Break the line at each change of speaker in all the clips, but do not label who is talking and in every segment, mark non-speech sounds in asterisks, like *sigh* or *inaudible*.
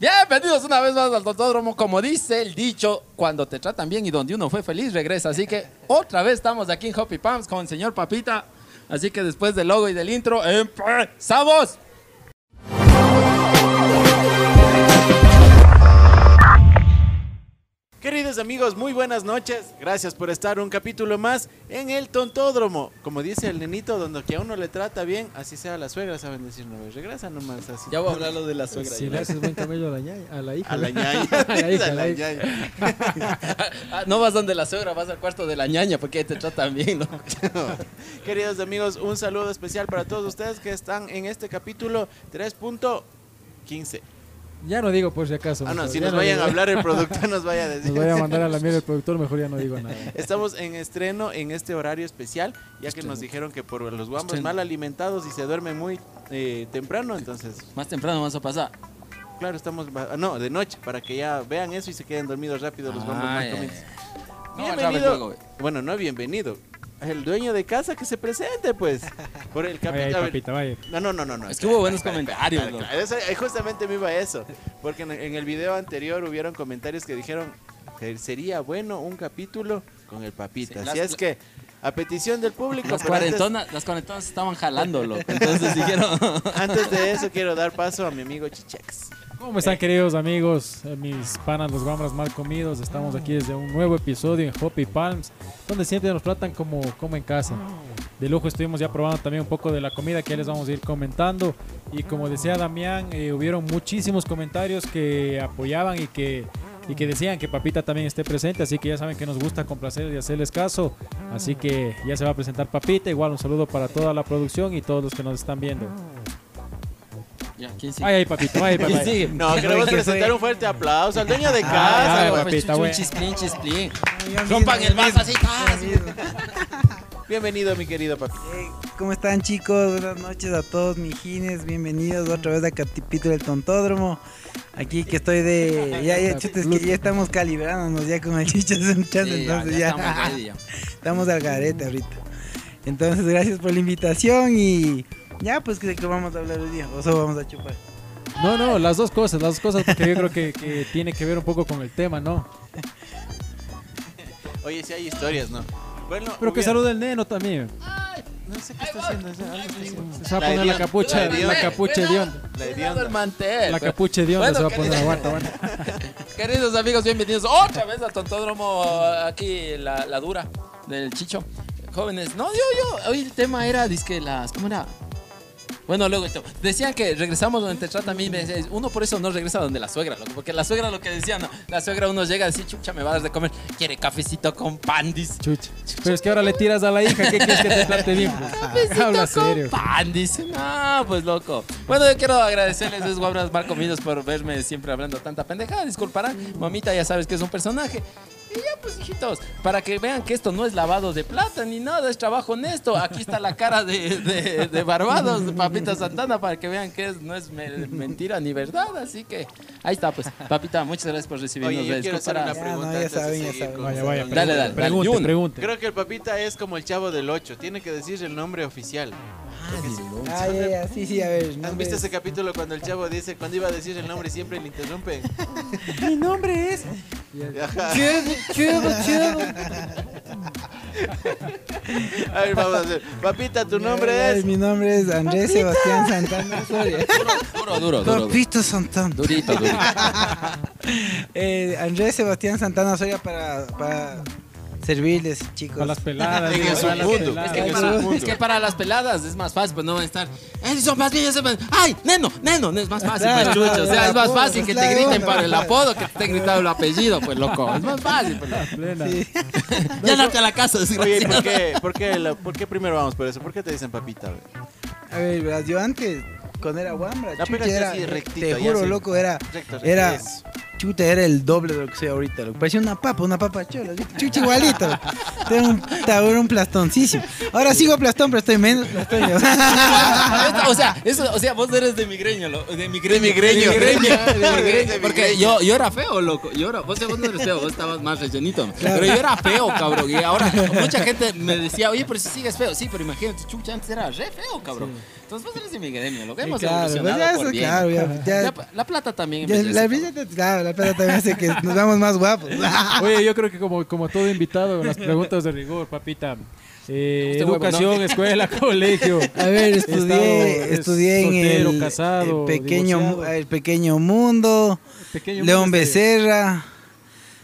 Bienvenidos una vez más al Totódromo. Como dice el dicho, cuando te tratan bien y donde uno fue feliz, regresa. Así que otra vez estamos aquí en Hoppy Pumps con el señor Papita. Así que después del logo y del intro, ¡empezamos!
Queridos amigos, muy buenas noches. Gracias por estar un capítulo más en el Tontódromo. Como dice el nenito, donde que a uno le trata bien, así sea la suegra, saben decir no, pues, regresa nomás así.
Ya voy a hablar lo de la suegra.
Si le haces buen camello a la, ñaya, a la hija.
A la
¿no?
ñaya.
A la
*laughs*
hija,
A
a
la
la hija.
ñaya.
*laughs* Ah, no vas donde la suegra, vas al cuarto de la ñaña porque ahí te tratan bien, ¿no?
Queridos amigos, un saludo especial para todos ustedes que están en este capítulo 3.15.
Ya no digo por si acaso.
Ah, no,
mejor,
si
ya
nos vayan a
digo.
hablar, el productor nos vaya a
Nos
decir.
vaya a mandar a la mierda el productor, mejor ya no digo
*laughs*
nada.
Estamos en estreno en este horario especial, ya que nos dijeron que por los guambos
Estreno.
mal alimentados y se duermen muy eh, temprano, entonces,
Más temprano vas a pasar.
claro, estamos, ba- ah, no, de noche, para que ya vean eso y se queden dormidos rápido los guambos mal
Ay,
comidos.
ay, ay. No, acaba el juego,
Bienvenido.
güey.
Bueno, no bienvenido. El dueño de casa que se presente, pues. Por el
Vaya, ahí,
capi- a ver,
papita, vaya.
No, no, no, no, no.
Es que hubo buenos
Claro,
comentarios, ¿no?
claro, eso- eh, justamente me iba a eso. Porque en, en el video anterior hubieron comentarios que dijeron que sería bueno un capítulo con el papita.
Sí,
Así
las-
es que, a petición del público,
Las
pero antes,
cuarentonas, las cuarentonas estaban jalándolo. Entonces dijeron. *laughs*
antes de eso quiero dar paso a mi amigo Chichex.
¿Cómo están, queridos amigos? eh, Mis panas, los guambras mal comidos. Estamos aquí desde un nuevo episodio en Hoppy Palms, donde siempre nos tratan como, como en casa. De lujo estuvimos ya probando también un poco de la comida que ya les vamos a ir comentando. Y como decía Damián, eh, hubieron muchísimos comentarios que apoyaban y que, y que decían que Papita también esté presente. Así que ya saben que nos gusta complacer y hacerles caso. Así que ya se va a presentar Papita. Igual un saludo para toda la producción y todos los que nos están viendo.
Ya, ¿quién sigue?
Ay, ay, Papita, ay,
¿Quién
*laughs*
papita.
sigue?
No, queremos presentar un fuerte aplauso al dueño de
ay,
casa. güey.
papita, güey.
chisplín, chisplín. Rompan el vaso así. ¡Ah! ¡tas!
Bienvenido, mi querido papita.
Eh, ¿Cómo están chicos? Buenas noches a todos mijines, bienvenidos otra vez a capítulo del Tontódromo. Aquí que estoy de...
*laughs*
Ya, ya, chutes, que ya estamos calibrándonos ya con el chichas en chance,
Sí, ya,
entonces
ya
ya,
estamos ready, ya.
*laughs* estamos al garete ahorita. Entonces, gracias por la invitación y ya, pues, ¿de qué vamos a hablar hoy día? O solo vamos a chupar.
No, no, las dos cosas, las dos cosas, porque yo creo que, que tiene que ver un poco con el tema, ¿no?
Oye, si hay historias, ¿no? Bueno,
Pero que
hubiera-
saluda el neno también.
No sé qué está haciendo. o sea, algo está haciendo.
Se va a poner la
hedionda.
capucha,
La
la
hedionda.
capucha hedionda.
La
Cuidado el
hedionda.
mantel.
La capucha hedionda
Bueno,
se va a
querido-
poner, aguanta, aguanta.
Queridos amigos, bienvenidos otra vez a Tontódromo. Aquí la, la dura del Chicho. Jóvenes, no, yo, yo. Hoy el tema era, dizque las. ¿Cómo era? Bueno, luego el tema. Decían que regresamos donde te tratan bien. decían, Uno por eso no regresa donde la suegra, loco. Porque la suegra, lo que decían, no, la suegra uno llega a decir, chucha, me va a dar de comer. Quiere cafecito con pandis.
Chucha. Pero es que ahora le tiras a la hija, ¿qué quieres que te trate
*laughs*
bien? *laughs* pues?
Cafecito
Habla
con
serio.
pan, dice. No, pues loco. Bueno, yo quiero agradecerles a esos guabras mal comidos por verme siempre hablando tanta pendejada. Disculparán, mamita, ya sabes que es un personaje. Y ya, pues, hijitos, para que vean que esto no es lavado de plata ni nada, es trabajo honesto. Aquí está la cara de, de- de Barbados, de Papita Santana, para que vean que es- no es me- mentira ni verdad. Así que ahí está, pues. Papita, muchas gracias por recibirnos.
Oye, yo quiero hacer
Disculparán.
una
Ya,
pregunta.
Ah, no, ya
antes de
saben, ya
seguir
saben.
con-
Vaya, vaya.
con-
Dale, dale, dale.
Pregunte,
Yun.
pregunte.
Creo que el papita es como el chavo del 8, tiene que decir el nombre oficial.
Ah, ya, ya, sí, sí, a ver. pues.
¿Has visto ese capítulo cuando el chavo dice, cuando iba a decir el nombre siempre le interrumpe? *laughs*
Mi nombre es...
Ajá.
Chuego, chuego, chuego.
A ver, vamos a hacer. Papita, tu nombre
Ay,
es...
Mi nombre es Andrés Sebastián Santana
*laughs*
Soria.
Duro, duro, duro. duro.
Papito Santana.
Durito, durito.
Eh, Andrés Sebastián Santana Soria para, para servirles, chicos.
A las
Ah,
peladas.
En
digo,
su
a las
mundo.
peladas.
Es que,
Ay,
para,
sí.
es que para las peladas es más fácil, pues no van a estar. Edison, más bien, ya se van- ¡Ay, neno, neno! No es más fácil,
Claro,
pues chucho. O sea,
claro,
es más
claro,
fácil que te
claro.
griten para el apodo que te estén gritando el apellido, pues loco. Es más fácil, pues. loco.
Plena.
Sí.
Ya date a la casa,
Oye, ¿y
desgraciado.
¿por qué, por, qué la- por qué primero vamos por eso? ¿Por qué te dicen papita? güey?
A ver, verás, yo antes, cuando era guambra,
La
chucha,
pegaste
era,
así rectito,
te
ya
juro,
así.
loco, era,
Recto, recto.
era,
Eso.
chuta, era el doble de lo que soy ahorita, loco. Parecía una papa, una papa chola, así, chucha igualito. loco. Era un, ta- era un plastoncísimo. Ahora sigo plastón, pero estoy menos plastón. yo.
*laughs* O sea, eso, o sea, vos eres de migreño, lo- de migreño.
De migreño.
De
*laughs*
migreño.
De
Porque,
migreño.
porque yo, yo era feo, loco. Yo era, vos, vos no eres feo, vos estabas más rellenito.
Claro.
Pero yo era feo, cabrón. Y ahora mucha gente me decía, oye, pero si sigues feo. Sí, pero imagínate, chucha, antes era re feo, cabrón. Tus padres y mi gremio, lo que
Sí,
hemos
claro, pues
evolucionado
ya eso,
por bien.
claro, ya, ya-
La, la plata también.
ya
embellece
la,
todo.
brilla te- claro, la plata también hace que nos vamos más guapos.
Oye, yo creo que como, como todo invitado, las preguntas de rigor, papita. Eh,
Este huevo, *laughs*
educación, escuela, colegio. *laughs*
A ver,
Estado,
estudié,
es
estudié en
soltero,
el,
casado,
el pequeño, mu-
divorciado.
el pequeño mundo,
Pequeño
León
mundo este-
Becerra,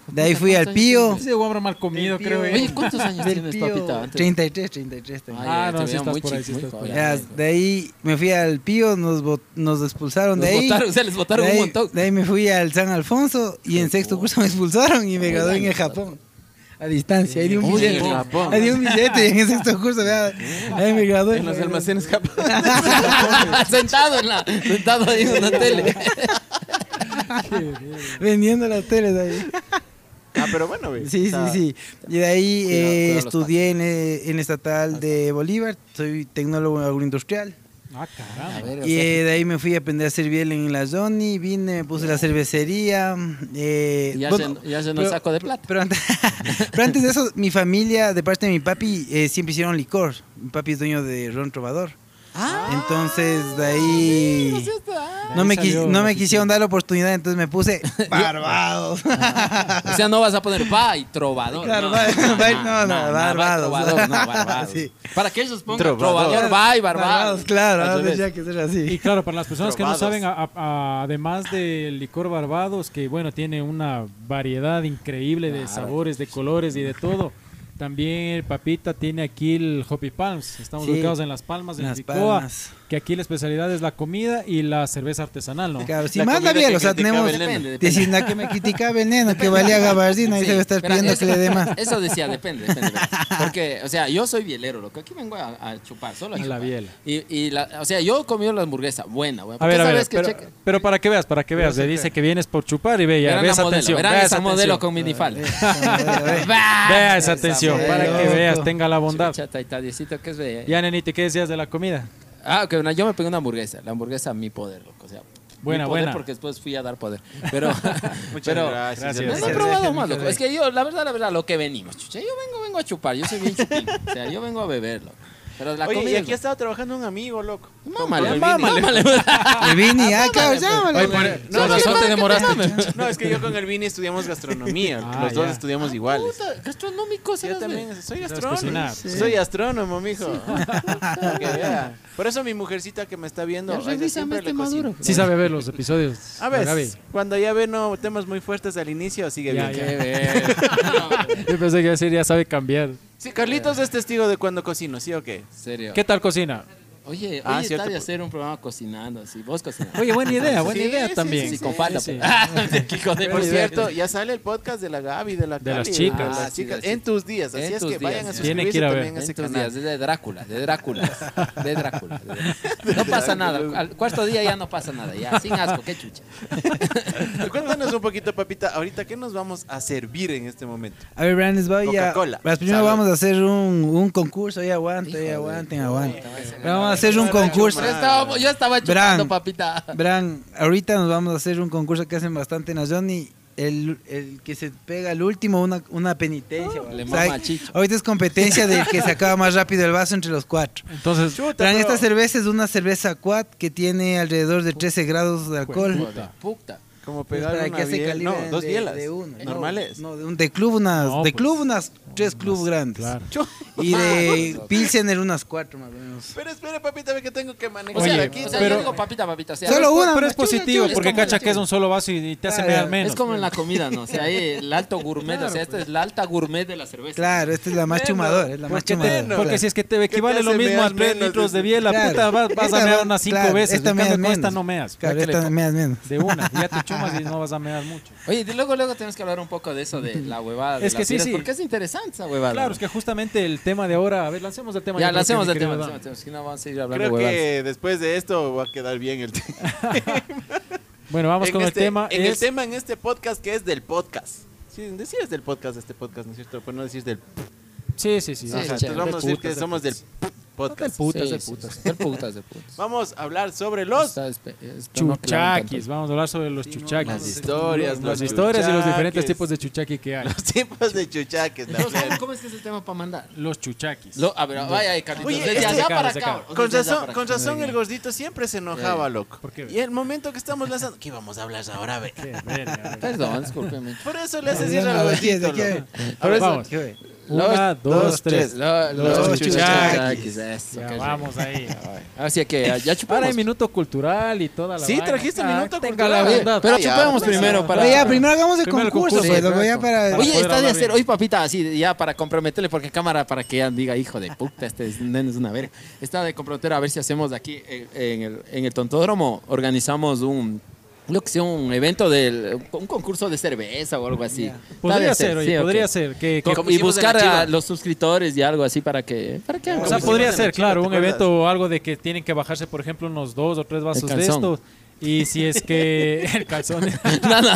de ahí fui al
¿cuántos años
Pío,
Ese guambra mal comido,
eh, El tío-
creo. eh.
Oye, ¿cuántos años
del
tienes,
Pío,
papita? Antes-
33, 33 tengo.
Ah,
Ay,
no,
te
sí
veía
estás
muy
por ahí,
chico,
sí
muy
estás
joven.
por
Ya, de ahí me fui al Pío, nos, bot- nos expulsaron de
Los
ahí.
botaron, o sea, les botaron
de,
un
ahí
montón.
de ahí me fui al San Alfonso y en sexto curso me expulsaron y me
Muy
gradué en
daño,
el Japón. A distancia, ahí de un
Muy
billete.
bien, Japón.
Ahí de un billete y en sexto curso, vea, ahí me gradué.
En los almacenes *laughs* japoneses.
*laughs* sentado en la, sentado ahí en la
*laughs*
tele.
Vendiendo las teles ahí.
Ah, pero bueno, güey.
Sí, sí,
Está-
sí. Y de ahí
Cuidado,
eh,
cuidado los
estudié en, eh, en Estatal de Bolívar, soy tecnólogo agroindustrial.
Ah, caramba.
ver, o
Y
sea,
eh, de ahí me fui a aprender a hacer bien en la Johnny, vine, me puse la cervecería. eh,
ya,
bueno,
se, ya se nos
pero-
sacó de plata.
*laughs* Pero antes, pero antes de eso, mi familia, de parte de mi papi, eh, siempre hicieron licor. Mi papi es dueño de Ron Trovador. Entonces, de ahí... No me,
salió
quis- no
la
me
ficha.
quisieron dar la oportunidad, entonces
*laughs*
me puse Barbados.
O sea, no vas a poner pa y trovador.
Claro,
no,
va- va- no, no,
va y
barbados.
trovador, no,
*laughs*
barbados.
Sí.
Para que ellos pongan
Trovador.
trovador, va y barbados.
Claro, ah,
Al
ahora
revés.
tendría que ser
Y
*laughs* así.
claro, para las personas que no
Probados.
saben, a- a- a- además del licor Barbados, que bueno, tiene una variedad increíble de sabores, de colores y de todo. También el Papita tiene aquí el Hopi Palms. Estamos
Sí.
ubicados en Las Palmas, en
Las
Picoa,
palmas.
que aquí la especialidad es la comida y la cerveza artesanal, ¿no?
Claro, si
La
manda
comida
bien,
que
o sea,
criticaba
tenemos.
el nene.
Depende, depende.
Diciendo que me criticaba el neno, que valía gabardina y
Sí,
se va a estar
pero
pidiendo
eso-
que le dé más.
*laughs* Eso decía, depende, depende.
*laughs*
depende. Porque, o sea, yo soy bielero, loco. Aquí vengo a, a chupar, solo a
A la
chupar.
biela.
Y, y la, o sea, yo he comido la hamburguesa, buena, buena.
A
Porque
ver, a
esa
ver,
vez que
pero,
cheque-
pero para que veas, para que veas, le dice que vienes por chupar y ve, ya,
verán
ve esa
la modelo,
atención,
verán
ve
esa
esa
modelo
atención.
con
*laughs*
minifalda.
Vea esa atención,
modelo.
para que
Loco.
veas, tenga la bondad.
Chata y tadiecito, que es bella.
Ya, nenito, ¿qué decías de la comida?
Ah, que una- yo me pegué una hamburguesa. La hamburguesa, mi poder, loco. O sea,
Buena,
mi poder
buena.
porque después fui a dar poder. Pero,
Muchas
*laughs* pero
gracias.
gracias.
no, no he
Gracias,
probado
gracias,
más, loco.
muchas
Es que yo, la verdad, la verdad, lo que venimos, chucha. Yo vengo, vengo a chupar. Yo soy bien chupín. O sea, yo vengo a beber, loco. Pero la
Oye, y
comida.
aquí estaba trabajando un amigo, loco.
Mámale,
Con-
mámale.
El Vini, ah, claro, llámalo.
No, no, no te demoraste.
No, es que yo con el Vini
*laughs*
estudiamos gastronomía.
Ah,
los dos
ya.
estudiamos iguales.
Ah, Puta, Gastronómicos
Yo
eras, güey.
también soy
Sabes
astrónomo.
cocinar. Sí.
Soy astrónomo, mijo. *laughs* Para que vea. Por eso mi mujercita que me está viendo. a ella
Revísame
siempre
este
le cocina.
maduro.
Sí sabe ver los episodios.
A
Gaby.
veces, cuando ya ve no, temas muy fuertes al inicio, sigue
Ya,
bien. *laughs*
ya.
Qué ver.
*laughs* Yo pensé que iba a decir ya sabe cambiar.
Sí, Carlitos es testigo de cuando cocino, ¿sí o qué?
En serio.
¿Qué tal cocina?
Oye,
Ah,
oye, está
cierto,
de
pues.
hacer un programa cocinando así. Vos cocinando.
Oye, buena idea,
buena
buena
idea
idea
sí,
también.
Sí, con falta.
Sí.
pues. *laughs* Ah, qué hijo de
Por
puta.
cierto, ya sale el podcast de la Gaby, de la
De
Cali,
las chicas.
de las
Ah, sí,
chicas,
de las
en tus días.
En
Así es
tus
que
días,
vayan a
sí.
suscribirse
Tiene que ir a ver.
también a
En
ese
estos
canal.
días, de Drácula, de Drácula, de Drácula. *laughs* de Drácula. No pasa nada. Al cuarto día ya no pasa nada. Ya, sin asco, qué chucha.
Cuéntanos un poquito, papita, ahorita, ¿qué nos vamos a servir en este momento?
A ver, Brian, les voy a.
Coca-Cola.
Las primero
Salud.
vamos a hacer un, un concurso. Ya aguanten,
Hijo de
ya aguanten,
puta,
aguanten.
ese
Vamos a hacer un
Ahora,
concurso.
Yo estaba, yo estaba chupando,
Bran.
papita.
Bran, ahorita nos vamos a hacer un concurso que hacen bastante en la Johnny. El, el que se pega al último, una, una penitencia.
Le
O sea,
mama a Chicho.
ahorita es competencia del que se acaba más rápido el vaso entre los cuatro.
Entonces,
Bran,
pero-
esta cerveza es una cerveza quad que tiene alrededor de 13 grados de alcohol.
Puta. Puta.
Como
Pues
pegar
para
una
que se
biel-
calibren
No, dos
de-
bielas.
de uno.
normales.
No, de, un, de club unas,
No, pues,
de club unas tres club grandes.
claro.
Y
*laughs*
de Pilsener unas cuatro más o menos.
Pero espere, papita, ve que tengo que manejar
O sea,
Oye,
aquí, o sea,
pero-
yo digo papita, papita. O sea,
Solo una,
Pero es
chula,
positivo,
chula, es
porque
como-
cacha que es un solo vaso y y te hace
Claro,
mear
es
menos. pues.
Es como en la comida, ¿no? O
*laughs*
sea, ahí el alto gourmet, o sea, esta es la alta gourmet de la cerveza.
Claro, esta es la más
Menos,
chumadora, es la más
Porque, te-
chumadora.
menos.
porque
claro.
si es que te equivale
hace
lo mismo a
mear
3
menos,
litros de
dice.
biela,
Claro.
puta, vas, vas a
Esta-
mear unas 5
claro,
veces.
esta
En cambio,
meas
con esta
menos.
no meas.
Claro,
Ya que le
esta
pongo.
me das *laughs* menos.
De una, ya te chumas y no vas a mear mucho.
Oye, de luego, luego tenemos que hablar un poco de eso, de la huevada. de
Es que
las
sí,
vidas,
sí.
Porque es interesante esa huevada.
Claro, es que justamente el tema de ahora. A ver, lancemos el tema.
Ya,
yo creo
la
que
hacemos de
mi querido
tema, la
Dan.
hacemos de tema, si no vamos a seguir hablando
Creo
huevadas.
que después de esto va a quedar bien el tema.
Bueno, vamos
En
con
este-
el tema.
En el
es-
tema en este podcast que es del podcast. Sí, decir es del podcast de este podcast, ¿no es cierto? Pues no decir del...
Sí, sí, sí.
Sí,
o sea,
chévere.
entonces vamos a decir que somos del...
Del
podcast.
putas,
Sí,
del
sí,
putas.
sí, del putas, del putas.
Vamos a hablar sobre los *laughs*
Está espe- es- no, claro,
Chuchaquis,
tanto.
vamos a hablar sobre los
Sí, no,
chuchaquis.
las historias,
Las
los
historias y los diferentes
chuchaquis.
tipos de chuchaqui que hay.
los tipos de chuchaques. la
No, ¿cómo-
plena.
¿Cómo es que es el tema para mandar?
*laughs* Los chuchaquis.
Lo- a ver, vaya ahí, Carlitos.
Oye,
desde
este-
allá para
Carlos,
acá.
Carlos.
o
Con
desde allá
razón,
para
con
acá.
razón el gordito siempre se enojaba, loco.
¿Por qué?
Y el momento que estamos lanzando, ¿qué vamos a hablar ahora, ve?
Qué verga,
*laughs*
güey.
Perdón, discúlpeme.
Por eso le haces
Así
ir al gordito. loco.
Por eso- vamos. Una,
Los-
dos,
dos,
tres.
tres.
Lo-
Los
los
chuchaquis.
chuchaquis. eso,
Ya,
qué
vamos ahí.
rico. Así que ya, ya
Ahora hay
chupamos.
minuto cultural y toda la
Sí,
vaina.
trajiste minuto
tenga
cultural.
la bondad.
Pero
Ah, ya,
chupemos
pues,
primero
ya.
para...
Oye, primero hagamos el
Primero el
concurso,
concurso,
pues, loco, ya
exacto.
para...
Para-
Oye,
poder
está de
hablar
hacer,
bien.
hoy papita, así, ya para comprometerle, porque cámara, para que ella diga, hijo de puta, este es- nene es una verga. Está de comprometer a ver si hacemos aquí eh, en el, en el Tontódromo, organizamos un, lo que sea, un evento del, un concurso de cerveza o algo así. Está de
Podría
hacer,
ser,
sí,
oye,
ok.
podría ser. Que, que-
Co-
Como
y
hicimos en la
buscar
Chiva.
a los suscriptores y algo así para que, para que hagan
o
como
cosas.
sea,
hicimos en
podría
la
ser,
chiva,
claro,
¿te
un
acuerdas?
evento o algo de que tienen que bajarse, por ejemplo, unos dos o tres vasos de
calzón.
estos. Y si es que. el calzón.
*laughs* No, no,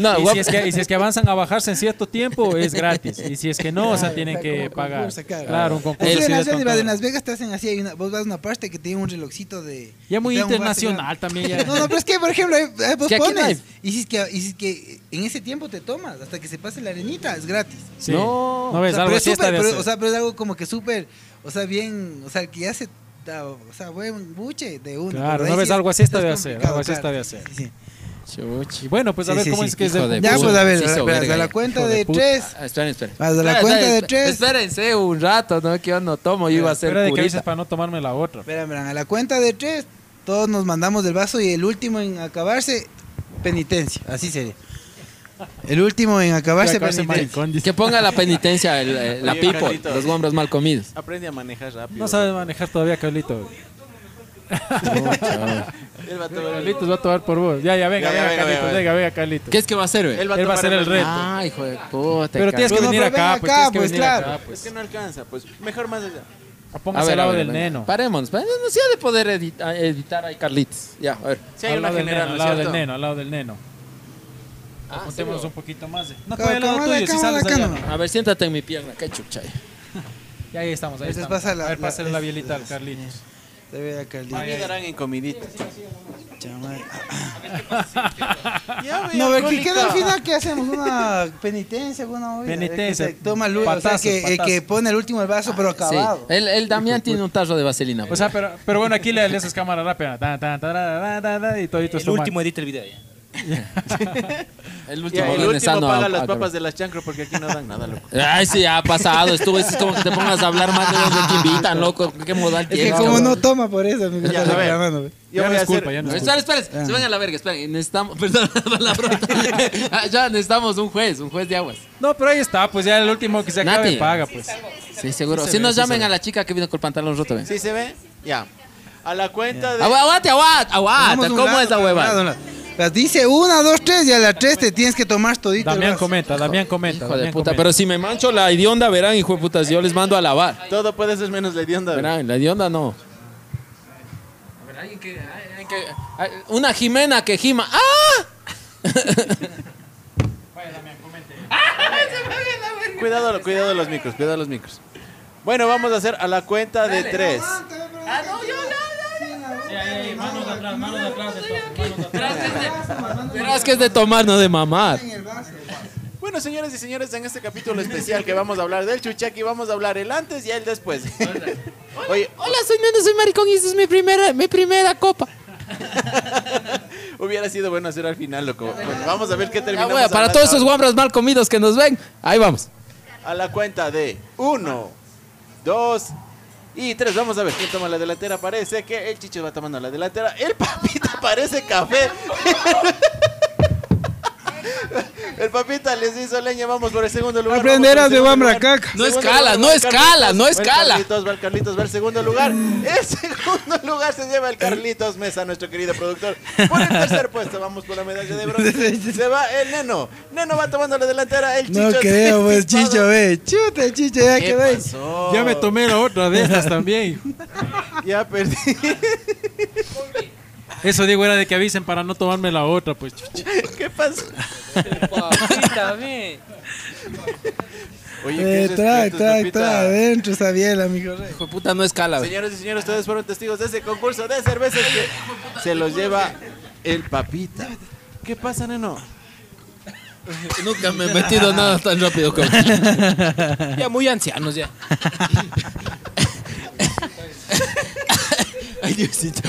no,
y,
guap-
si es que, y si es que avanzan a bajarse en cierto tiempo, es gratis. Y si es que no, o sea, tienen
Claro,
que
Ah, como
pagar.
concurso, claro.
Claro, un concurso.
El-
sí,
en,
de
las,
tonto.
en Las Vegas te hacen así, hay una- vos vas a una parte que tiene un relojcito de...
Ya muy
te da un vaso
internacional también.
grande.
Ya.
*laughs* No, no, pero es que, por ejemplo, ahí- ahí vos
Que aquí no
pones,
hay.
y si, es que, y si es que en ese tiempo te tomas, hasta que se pase la arenita, es gratis.
Sí.
No.
No ves,
o sea,
algo
pero es
así está
súper,
de
pero,
hacer.
o sea, pero es algo como que súper, o sea, bien, o sea, que ya se da, o sea, buen buche de uno.
Claro, no
pero ahí
ves,
sí es-
algo así está
es
de hacer,
complicado,
algo así está de
sí,
hacer.
sí, sí.
Chuchi.
Y bueno, pues a
Sí,
ver
sí,
cómo
sí,
es que es
hijo de
de
Ya,
puta.
pues a
Sí,
ver, a-
hizo
verás,
verga
a la
ya.
cuenta
Hijo de
de
puta.
tres,
Ah, Esperen, esperen.
vas a la
Espera,
cuenta de
espera,
tres.
Espérense un rato, ¿no? Que yo no tomo, yo iba a ser
Espera de que
purita.
avises para no tomarme la otra.
Verán, verán, a la cuenta de tres, todos nos mandamos del vaso y el último en acabarse, penitencia. Así sería. El último en acabarse,
Acabarse
penitencia.
maricón, dice.
Que ponga la penitencia, el, eh, la
Oye,
people,
Carlitos.
los hombres mal comidos.
Aprende a manejar rápido.
No sabes manejar todavía, Carlito.
Él va a tomar-
Carlitos va a tomar por vos. Ya, ya, venga,
Ya, ya,
venga,
venga,
Carlitos,
venga,
venga, venga, Carlitos.
¿Qué es que va a hacer, ve?
él
Él va a
tomar
ser el
la-
reto.
Ah, hijo de puta.
Pero
Carlos.
tienes que
Bueno,
venir
pero ven
acá, pues,
acá,
tienes que
pues,
venir
claro.
acá,
Es
pues.
que no alcanza, pues mejor más allá.
A
Póngase
ver,
al lado
a ver,
del
venga.
neno.
Parémonos. parémonos, No sé de poder edita- editar ahí, Carlitos. Ya, a ver.
Si hay
al
una
lado del
general,
neno, al
¿no es
lado del
cierto?
neno, al lado del neno. Apuntémonos un poquito más. de- No, todavía al
Acá,
Pues, lado
acá,
tuyo, si
acá,
sales
acá,
allá.
no.
A ver, siéntate en mi pierna. Qué chucha. ya.
Ya, ahí estamos, ahí
Entonces
estamos.
pasa la-
a ver,
la-
pásale la
es-
bielita al
es- *laughs*
Carlitos.
Te veo acá, Lili.
Ahí darán en comidita.
Chamay.
Ya, ve,
No, a ver, ¿qué
alcohólico.
queda al final? ¿Qué hacemos? ¿Una penitencia? alguna movida?
Penitencia.
El que se Toma el, o sea,
Patazos,
que, el que
patazos. Ah, Eh,
pone el último el vaso, pero
Sí.
acabado.
El, el Damián tiene un tarro de vaselina. pues.
O sea, pero, pero bueno, aquí le, le haces cámara rápida. Tan, tan, tarara, tan, tan, y todito es
El
tomar.
último edita el video ya.
el último,
Ya, el
donde
último
sano a-
paga
a-
las papas de las chancro porque aquí no dan nada, loco.
Ay, sí, ha pasado. Estuvo, es como que te pongas a hablar más de donde te invitan, loco. Qué modal
Es que
tienes.
como
cabrón.
no toma por eso, amigo,
Ya,
está
a ver.
reclamando, ve.
Ya no es culpa, ya no
No,
es
espera, espera, se van a la verga, esperen, necesitamos, *laughs* perdón, la palabrota. *laughs* Ah, ya necesitamos un juez, un juez de aguas.
No, pero ahí está, pues ya el último que se acabe
Nati.
paga, pues.
Sí, seguro.
Sí se
si
ve,
nos
sí se
llamen
ve.
a la chica que vino con el pantalón roto, ven.
¿Sí se ve? Ya. A la cuenta de...
Ah,
Agua- Aguante, aguante,
Ah,
aguante.
Vamos un
¿Cómo
lado,
es la
un lado, un
hueva?
lado. Las dice una, dos, tres y a la tres te tienes que tomar todito. el
Damián
vaso.
comenta, Damián comenta.
Hijo de
Damián
puta,
comenta.
pero si me mancho la idionda, verán, hijo de putas, yo les mando a lavar.
Todo puede ser menos la hedionda. ve.
Verán, la idionda no. ah, Una Jimena que gima. ¡Ah!
Cuidado, cuidado los micros, cuidado los micros. Bueno, vamos a hacer a la cuenta de tres.
Verás que es de tomar, no de mamar.
Bueno, señores y señores, en este capítulo especial que vamos a hablar del chuchaqui, vamos a hablar el antes y el después. Oye,
Hola, soy Nene, soy maricón y esta es mi primera, mi primera copa.
hubiera sido bueno hacer al final, loco. Bueno, vamos a ver qué
Ya,
terminamos.
wea, para
hablando
todos esos
ahora.
guambras mal comidos que nos ven, ahí vamos.
A la cuenta de uno, dos y tres. Vamos a ver quién toma la delantera. Parece que el chicho va tomando la delantera. El papita *laughs* parece café. El papita les hizo leña. Vamos por el segundo lugar. vamos por el
Aprenderás de
segundo
Wambra
lugar.
Caca.
No
Segundo
escala,
lugar,
no
va el
escala,
Carlitos,
no
va el
escala.
Carlitos, va el Carlitos, va el segundo lugar. El segundo lugar se lleva el Carlitos Mesa, nuestro querido productor. Por el tercer puesto, vamos por la medalla de
*laughs*
bronce. Se va el Neno. Neno va tomando la delantera. El Chicho.
No creo, pues
anticipado.
chicho, ve. Chuta, chicho, ya que ve.
pasó?
Ya me tomé la otra de estas también.
Ya perdí. *laughs*
Eso digo era de que avisen para no tomarme la otra,
*laughs*
pues.
¿Qué pasó? Oye,
Eh,
qué
trae,
respetos,
trae,
Lupita.
trae. Adentro, Sabiel, amigo rey.
Hijo de puta, no escala, güey.
Señoras y señores, ustedes fueron testigos de ese concurso de cervezas que se los lleva el papita. ¿Qué pasa, neno?
Nunca me he metido nada tan rápido como. ya muy ancianos, ya. Ay, Diosito.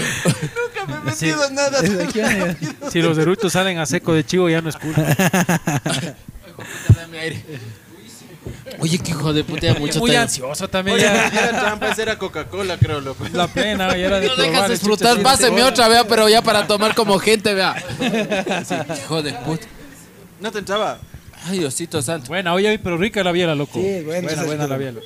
Desde aquí, amigo.
Si los eructos salen a seco de chivo, ya no es culpa.
Dame aire. Oye, qué hijo de puta, ya mucho
Muy
te-
ansioso también.
Oye,
Ya,
era trampa, esa era Coca-Cola, creo, loco.
la plena, ya era de
No dejas este
probar, este
disfrutar,
chucha,
páseme otra, vea, pero ya para tomar como gente, vea. Sí, hijo de puta.
No te entraba.
Ay, Diosito santo.
Buena, oye, pero rica la biela, loco.
Sí, bueno,
buena,
esa
buena
es
la
la-
biela.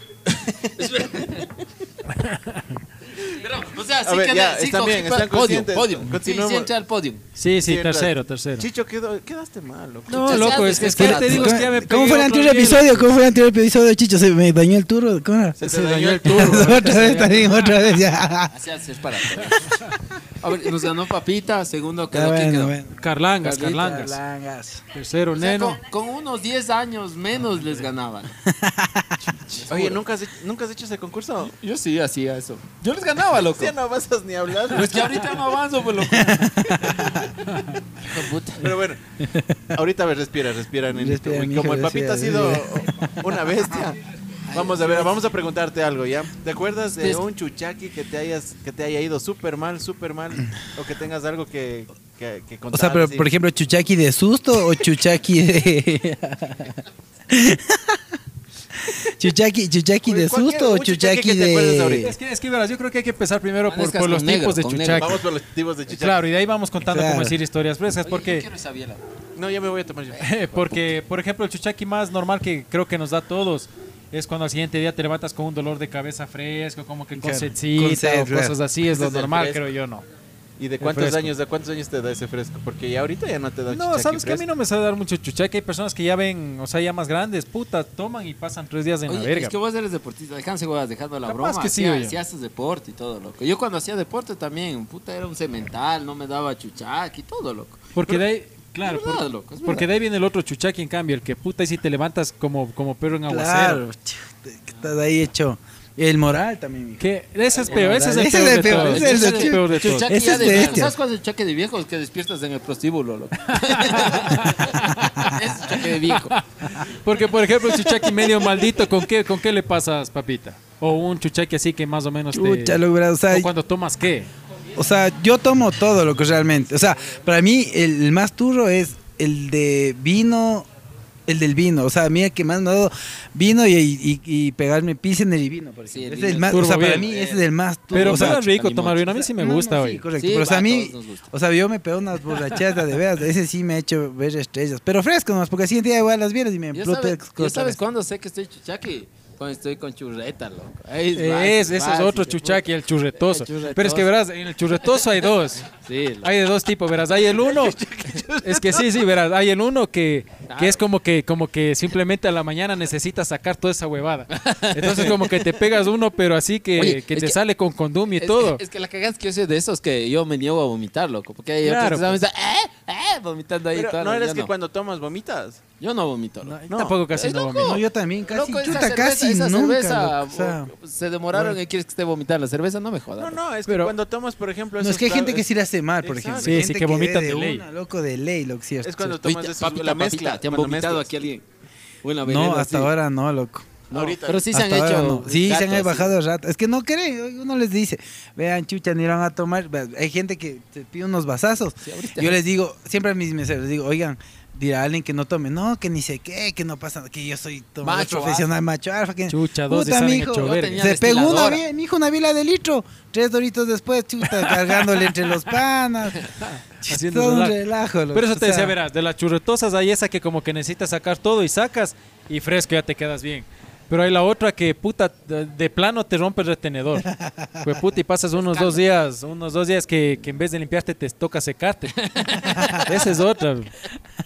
Pero, o sea,
A ver,
queda-
ya, están
coge-
bien, están
podio,
conscientes.
podio. Sí,
Continuemos.
sí, entra al podio.
Sí, sí,
Sí,
tercero,
entra-
tercero.
Chicho, quedó- quedaste mal, loco.
No,
Chucha,
loco,
seas
es que es que
desesperado.
te digo es que ya me
¿Cómo
pegué
fue el
otro
anterior
hielo.
episodio? ¿Cómo fue el anterior episodio, Chicho? ¿Se me dañó el turbo? ¿Cómo era?
Se te dañó el turbo.
*laughs* otra vez también, otra vez ya.
Así es para todos. *laughs* A ver, nos ganó Papita, segundo
Está
quedó quién
bueno,
quedó.
bueno.
Carlangas,
Carlitas,
Carlangas. Tercero,
Pues
O sea,
Neno.
con, con unos 10 años menos les ganaban.
Oye, ¿nunca has, hecho, ¿nunca has hecho ese concurso?
Yo sí hacía eso. Yo les ganaba, loco.
Ya no vas a ni hablar.
Pero es que ahorita no avanzo, pues, loco. Hijo de puta.
Pero bueno, ahorita a ver, respira, respira, nenito.
Respira,
Uy,
mijo,
Como el papita ha sido
respira,
*laughs* una bestia. Vamos a ver, vamos a preguntarte algo, ¿ya? ¿Te acuerdas de
Pues-
un chuchaqui que te hayas, que te haya ido súper mal, súper mal? O que tengas algo que, que, que
O
contar.
sea, pero
así?
por ejemplo, Chuchaki de susto o Chuchaki de. *laughs* Chuchaki, Chuchaki de
Cualquier-
susto o
un chuchaqui
Chuchaki
que te acuerdes ahorita.
de.
Es que, es que verás, yo creo que hay que empezar primero por,
Amanezcas
por los
con negro,
tipos de
con
chuchaqui.
Vamos por los tipos de chuchaqui.
Claro, y de ahí vamos contando
Claro.
cómo decir historias frescas,
Oye, yo
porque,
quiero esa biela.
No, ya me voy a tomar yo.
Eh, *laughs* porque, por ejemplo, el chuchaqui más normal que creo que nos da a todos es cuando al siguiente día te levantas con un dolor de cabeza fresco, como que con
Claro.
setcita
Con sed,
o
claro.
cosas así, es
Ese
lo
es el
normal,
fresco.
creo yo, ¿no?
¿Y de cuántos
fresco.
años, de cuántos años te da ese fresco? Porque ya ahorita ya no te da
No,
chuchaqui
sabes que a mí
fresco.
no me sabe dar mucho chuchaqui, hay personas que ya ven, o sea, ya más grandes, puta, toman y pasan tres días en la
Oye,
verga.
es que vos eres deportista, déjense huevas, dejando la
Capaz
broma.
que sí,
hacía-
oye.
hacía haces deporte y todo, loco. Yo cuando hacía deporte también, puta, era un cemental, no me daba chuchac y todo, loco.
Porque de ahí, claro,
Es verdad,
por-
loco, es
porque
verdad.
de ahí viene el otro chuchaqui, en cambio, el que puta, y si te levantas como, como perro en aguacero.
Claro, ch- que estás ahí hecho. El moral también, mijo.
Que ese es peor, ese es el
Ese
peor
es
de
el peor,
todos.
ese es
Ese
el
es el
chu-
peor de todos.
Chuchac
Ese
ya
es
de-
bestia.
¿Sabes cuál es el chuchaque de viejo? El que despiertas en el prostíbulo, loco. es chuchaque de viejo.
Porque, por ejemplo, el chuchaqui medio maldito, ¿con qué, ¿con qué le pasas, papita? O un chuchaqui así que más o menos te...
Chucha, lo verdad, o sea,
o cuando tomas qué.
O sea, yo tomo todo lo que realmente. O sea, para mí el, el más turro es el de vino, el del vino. O sea, a mí el que más me ha dado vino y, y, y pegarme pis en el vino. Por
Sí, el
ejemplo. es
vino
el
es
más, o sea,
turbo,
para
bien.
mí ese es el más turro.
Pero
o sea,
fuera rico
animal,
tomar vino, a mí sí me
no, no,
gusta,
sí,
hoy.
correcto.
Sí,
pero, o sea,
va,
a
a
mí,
todos nos gusta.
o sea, yo me pego unas borrachadas de veras. Ese sí me ha hecho ver estrellas. Pero fresco nomás, porque al siguiente día voy a las vieras y me
Yo
empluto.
sabes,
otra
yo sabes
vez.
cuándo sé que estoy chuchaque. Cuando estoy con churreta, loco. Ahí
Es,
vas,
ese es
vas,
otro
y te
chuchaqui, el churretoso.
El churretoso.
Pero es que verás, en el churretoso hay dos.
Sí, loco.
Hay de dos tipos, verás. Hay el
*laughs*
uno. Es que sí, sí, verás. Hay el uno que, que es como que, como que simplemente a la mañana necesitas sacar toda esa huevada.
*laughs*
Entonces, como que te pegas uno, pero así que,
Oye,
que
es
te
que-
sale con condumio y
Es-
todo.
Es, que la cagada es que yo soy de esos que yo me niego a vomitar, loco. Porque hay
Claro,
otros que saben, eh, eh, vomitando ahí.
Pero,
toda
¿no
la-
eres
yo
que
no.
cuando tomas vomitas?
Yo no vomito, loco.
No, tampoco casi
Es
no
loco.
vomito.
No, yo también casi.
Loco, esa
chuta,
cerveza-
casi
esa
nunca.
cerveza,
loco, o sea.
o- se demoraron y quieres que esté vomitando la cerveza, no me jodas.
No,
loco.
no, es que
Pero-
cuando tomas, por ejemplo...
No, es
esos
que hay gente
clav-
que sí la hace mal, por
Exacto.
ejemplo.
Sí,
Hay
sí,
gente
que vomitan de ley.
una, loco, de ley, lo cierto.
Es cuando
Sí.
tomas
Oíste,
esos- la mezcla,
¿Te han
cuando
vomitado
mezclas.
aquí alguien? Buena
No,
veneno,
hasta
sí.
ahora no, loco.
No,
Ahorita.
Pero Pues sí se han
Hasta ahora
hecho.
no. Sí, se
gatos,
han bajado rato. Es que no creen, uno les dice, vean, chucha, ni van a tomar. Ve- Hay gente que te pide unos vasazos.
Sí, ahorita.
Yo les digo, siempre a mis meseros, les digo, oigan, dirá alguien que no tome, no, que ni sé qué, que no pasa, que yo soy tomador
Macho
profesional, macho alfa. Que...
Chucha, dos y
Puta,
saben
mijo,
hecho
yo
verga.
tenía-
Se pegó una,
destiladora.
vi- mi hijo una vila de litro, tres doritos después,
*laughs*
chuta, cargándole entre los panas.
*laughs* Haciendo
Todo un
relajo.
relajo. loco,
Pero eso
o
te decía,
sea.
verás, de las churretosas hay esa que como que necesitas sacar todo y sacas y fresco ya te quedas bien. Pero hay la otra que puta de, de plano te rompe el retenedor. Pues puta y pasas unos dos días, unos dos días que, que en vez de limpiarte te toca secarte. esa es otra.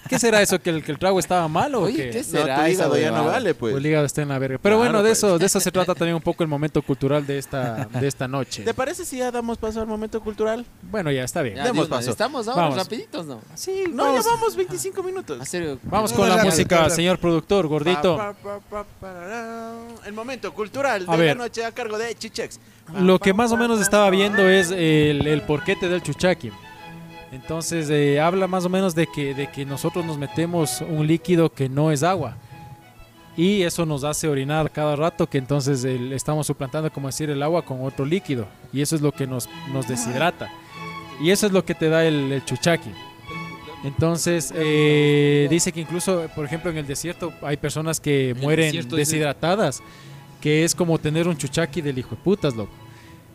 ¿Qué será eso? ¿Que el, que el trago estaba malo? o
Oye,
qué?
¿qué
No,
será
tu
esa
hígado ya
huevada?
no vale,
O el
pues.
hígado está en la verga. Pero
Claro,
bueno, de
pues.
eso, de eso se trata también un poco el momento cultural de esta, de esta noche.
¿Te parece si ya damos paso al momento cultural?
Bueno, ya está bien.
Ya,
Demos
Dios,
paso.
Estamos ahora
Vamos.
rapiditos, ¿no?
Sí,
No,
vamos,
ya vamos 25 minutos.
¿En serio?
vamos
No,
con
no,
la
rápido,
música,
rápido.
señor productor, gordito.
Pa, pa, pa, pararán. El momento cultural de
A
la
ver.
noche a cargo de Chichex.
Lo que más o menos estaba viendo es el, el porquete del chuchaqui. Entonces eh, habla más o menos de que, de que nosotros nos metemos un líquido que no es agua. Y eso nos hace orinar cada rato, que entonces el- estamos suplantando, como decir, el agua con otro líquido. Y eso es lo que nos, nos deshidrata. Y eso es lo que te da el, el chuchaqui. Entonces, eh, dice que incluso, por ejemplo, en el desierto hay personas que
el
mueren
desierto dice-
deshidratadas, que es como tener un chuchaqui del hijo de putas, loco.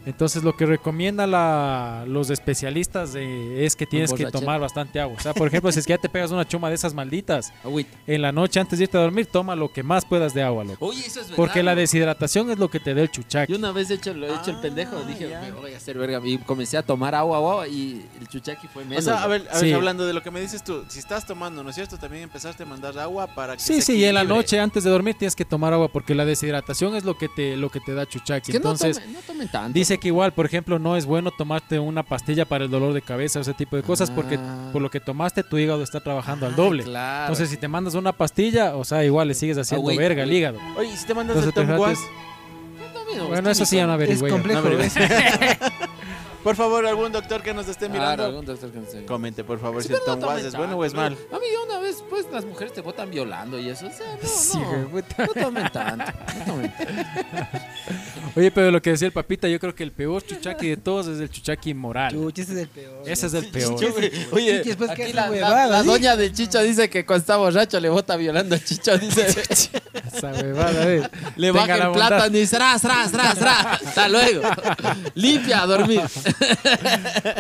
Entonces, lo que recomienda la- los especialistas eh, es que tienes que
borrachera.
tomar bastante agua. O sea, por ejemplo, si es que ya te pegas una chuma de esas malditas,
Agüita.
en la noche antes de irte a dormir, toma lo que más puedas de agua, loco.
Oye, eso es verdad.
Porque la
¿no?
deshidratación es lo que te da el chuchaqui.
Yo una vez he hecho, lo he hecho el
Ah,
pendejo, dije,
ya.
me voy a hacer verga. Y comencé a tomar agua, agua, y el chuchaqui fue
O
menos.
sea, a ver, a ver,
Sí.
hablando de lo que me dices tú, si estás tomando, ¿no es cierto? También empezaste a mandar agua para que
Sí,
se
sí, y en la
equilibre.
noche antes de dormir tienes que tomar agua porque la deshidratación es lo que te, lo que te da
Es
chuchaqui.
que
Entonces,
no, tomen, no tomen tanto.
Dice que igual, por ejemplo, no es bueno tomarte una pastilla para el dolor de cabeza o ese tipo de cosas porque
Ah.
por lo que tomaste tu hígado está trabajando al doble.
Claro.
Entonces, si te mandas una pastilla, o sea, igual le sigues haciendo
wait,
verga al
wait.
hígado.
Oye, ¿y si te mandas
Entonces,
el Tom
te
Guas?
trates-
No, mira,
bueno, eso sí ya no
Es
averigüé.
No,
complejo.
pero-
*laughs* ¿ves?
Por favor, algún doctor que nos esté
Claro,
mirando,
algún doctor que no sé.
comente, por favor,
Sí,
si el
pero no
Tom Guas
tomen
es bueno
tanto,
o es mal.
A mí una vez, pues, las mujeres te botan violando y eso. O sea, no,
Sí,
no.
hijo de puta.
No tomen tanto. No *laughs* tomen tanto.
Oye, pero lo que decía el papita, yo creo que el peor chuchaqui de todos es el chuchaqui moral.
Chuch, ese es
*laughs*
el peor.
Ese es el peor.
Oye,
Y después
aquí
que hace
la, la-
huevadas,
la
¿sí?
doña del Chicho dice que cuando está borracho le bota violando al Chicho. *laughs* Dice,
*laughs* Esa huevada, eh.
le
Tenga
baja
la
el
bondad.
plátano y dice, tras, tras, tras, tras. Hasta luego. Limpia, a *laughs* dormir.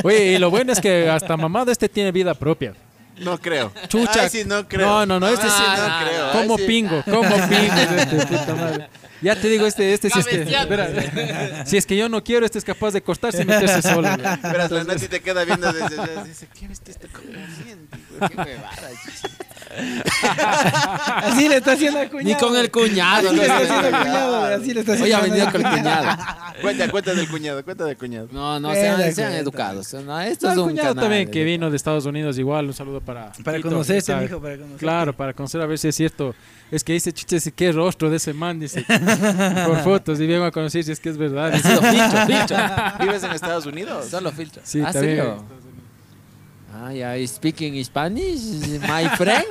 Oye, y lo bueno es que hasta mamado este tiene vida propia.
No creo.
Chucha.
Ay, sí, no creo.
No, no, no, este
Ay,
sí,
no.
no creo. Ay,
Como
sí.
pingo, como pingo. este, puta madre. Ya te digo, este, este, si es, que,
Cabeceando.
espera, *laughs* si es que yo no quiero, este es capaz de cortarse y meterse solo. güey.
Verás, la Nati te queda viendo desde allá. Dice, ¿qué viste este comiendo?
Qué huevada, Chicho.
Así le está haciendo al cuñado.
Ni con el cuñado.
Así
no
le está
sé.
haciendo al cuñado. Así le está haciendo
Hoy ha
al
venido con el
cuñado.
*laughs* cuñado.
Cuenta, cuenta del cuñado, cuenta del cuñado.
No, no,
Ven,
sean,
la
sean
cuenta.
educados. No, esto
Está
es
el
un
cuñado
canal
también que
de-
vino de Estados Unidos, igual un saludo para.
Para
Tito,
conocerse,
¿sabes?
mijo, para conocerse.
Claro, para conocer a ver si es cierto. Es que dice chiche, dice, qué rostro de ese man, dice. Por fotos, y vengo a conocer si es que es verdad. dice.
Solo filtro, filtro.
¿Vives en Estados Unidos?
Solo filtro.
Sí,
ah,
también.
serio? Ay, ay, speaking Spanish, my
*laughs*
friend.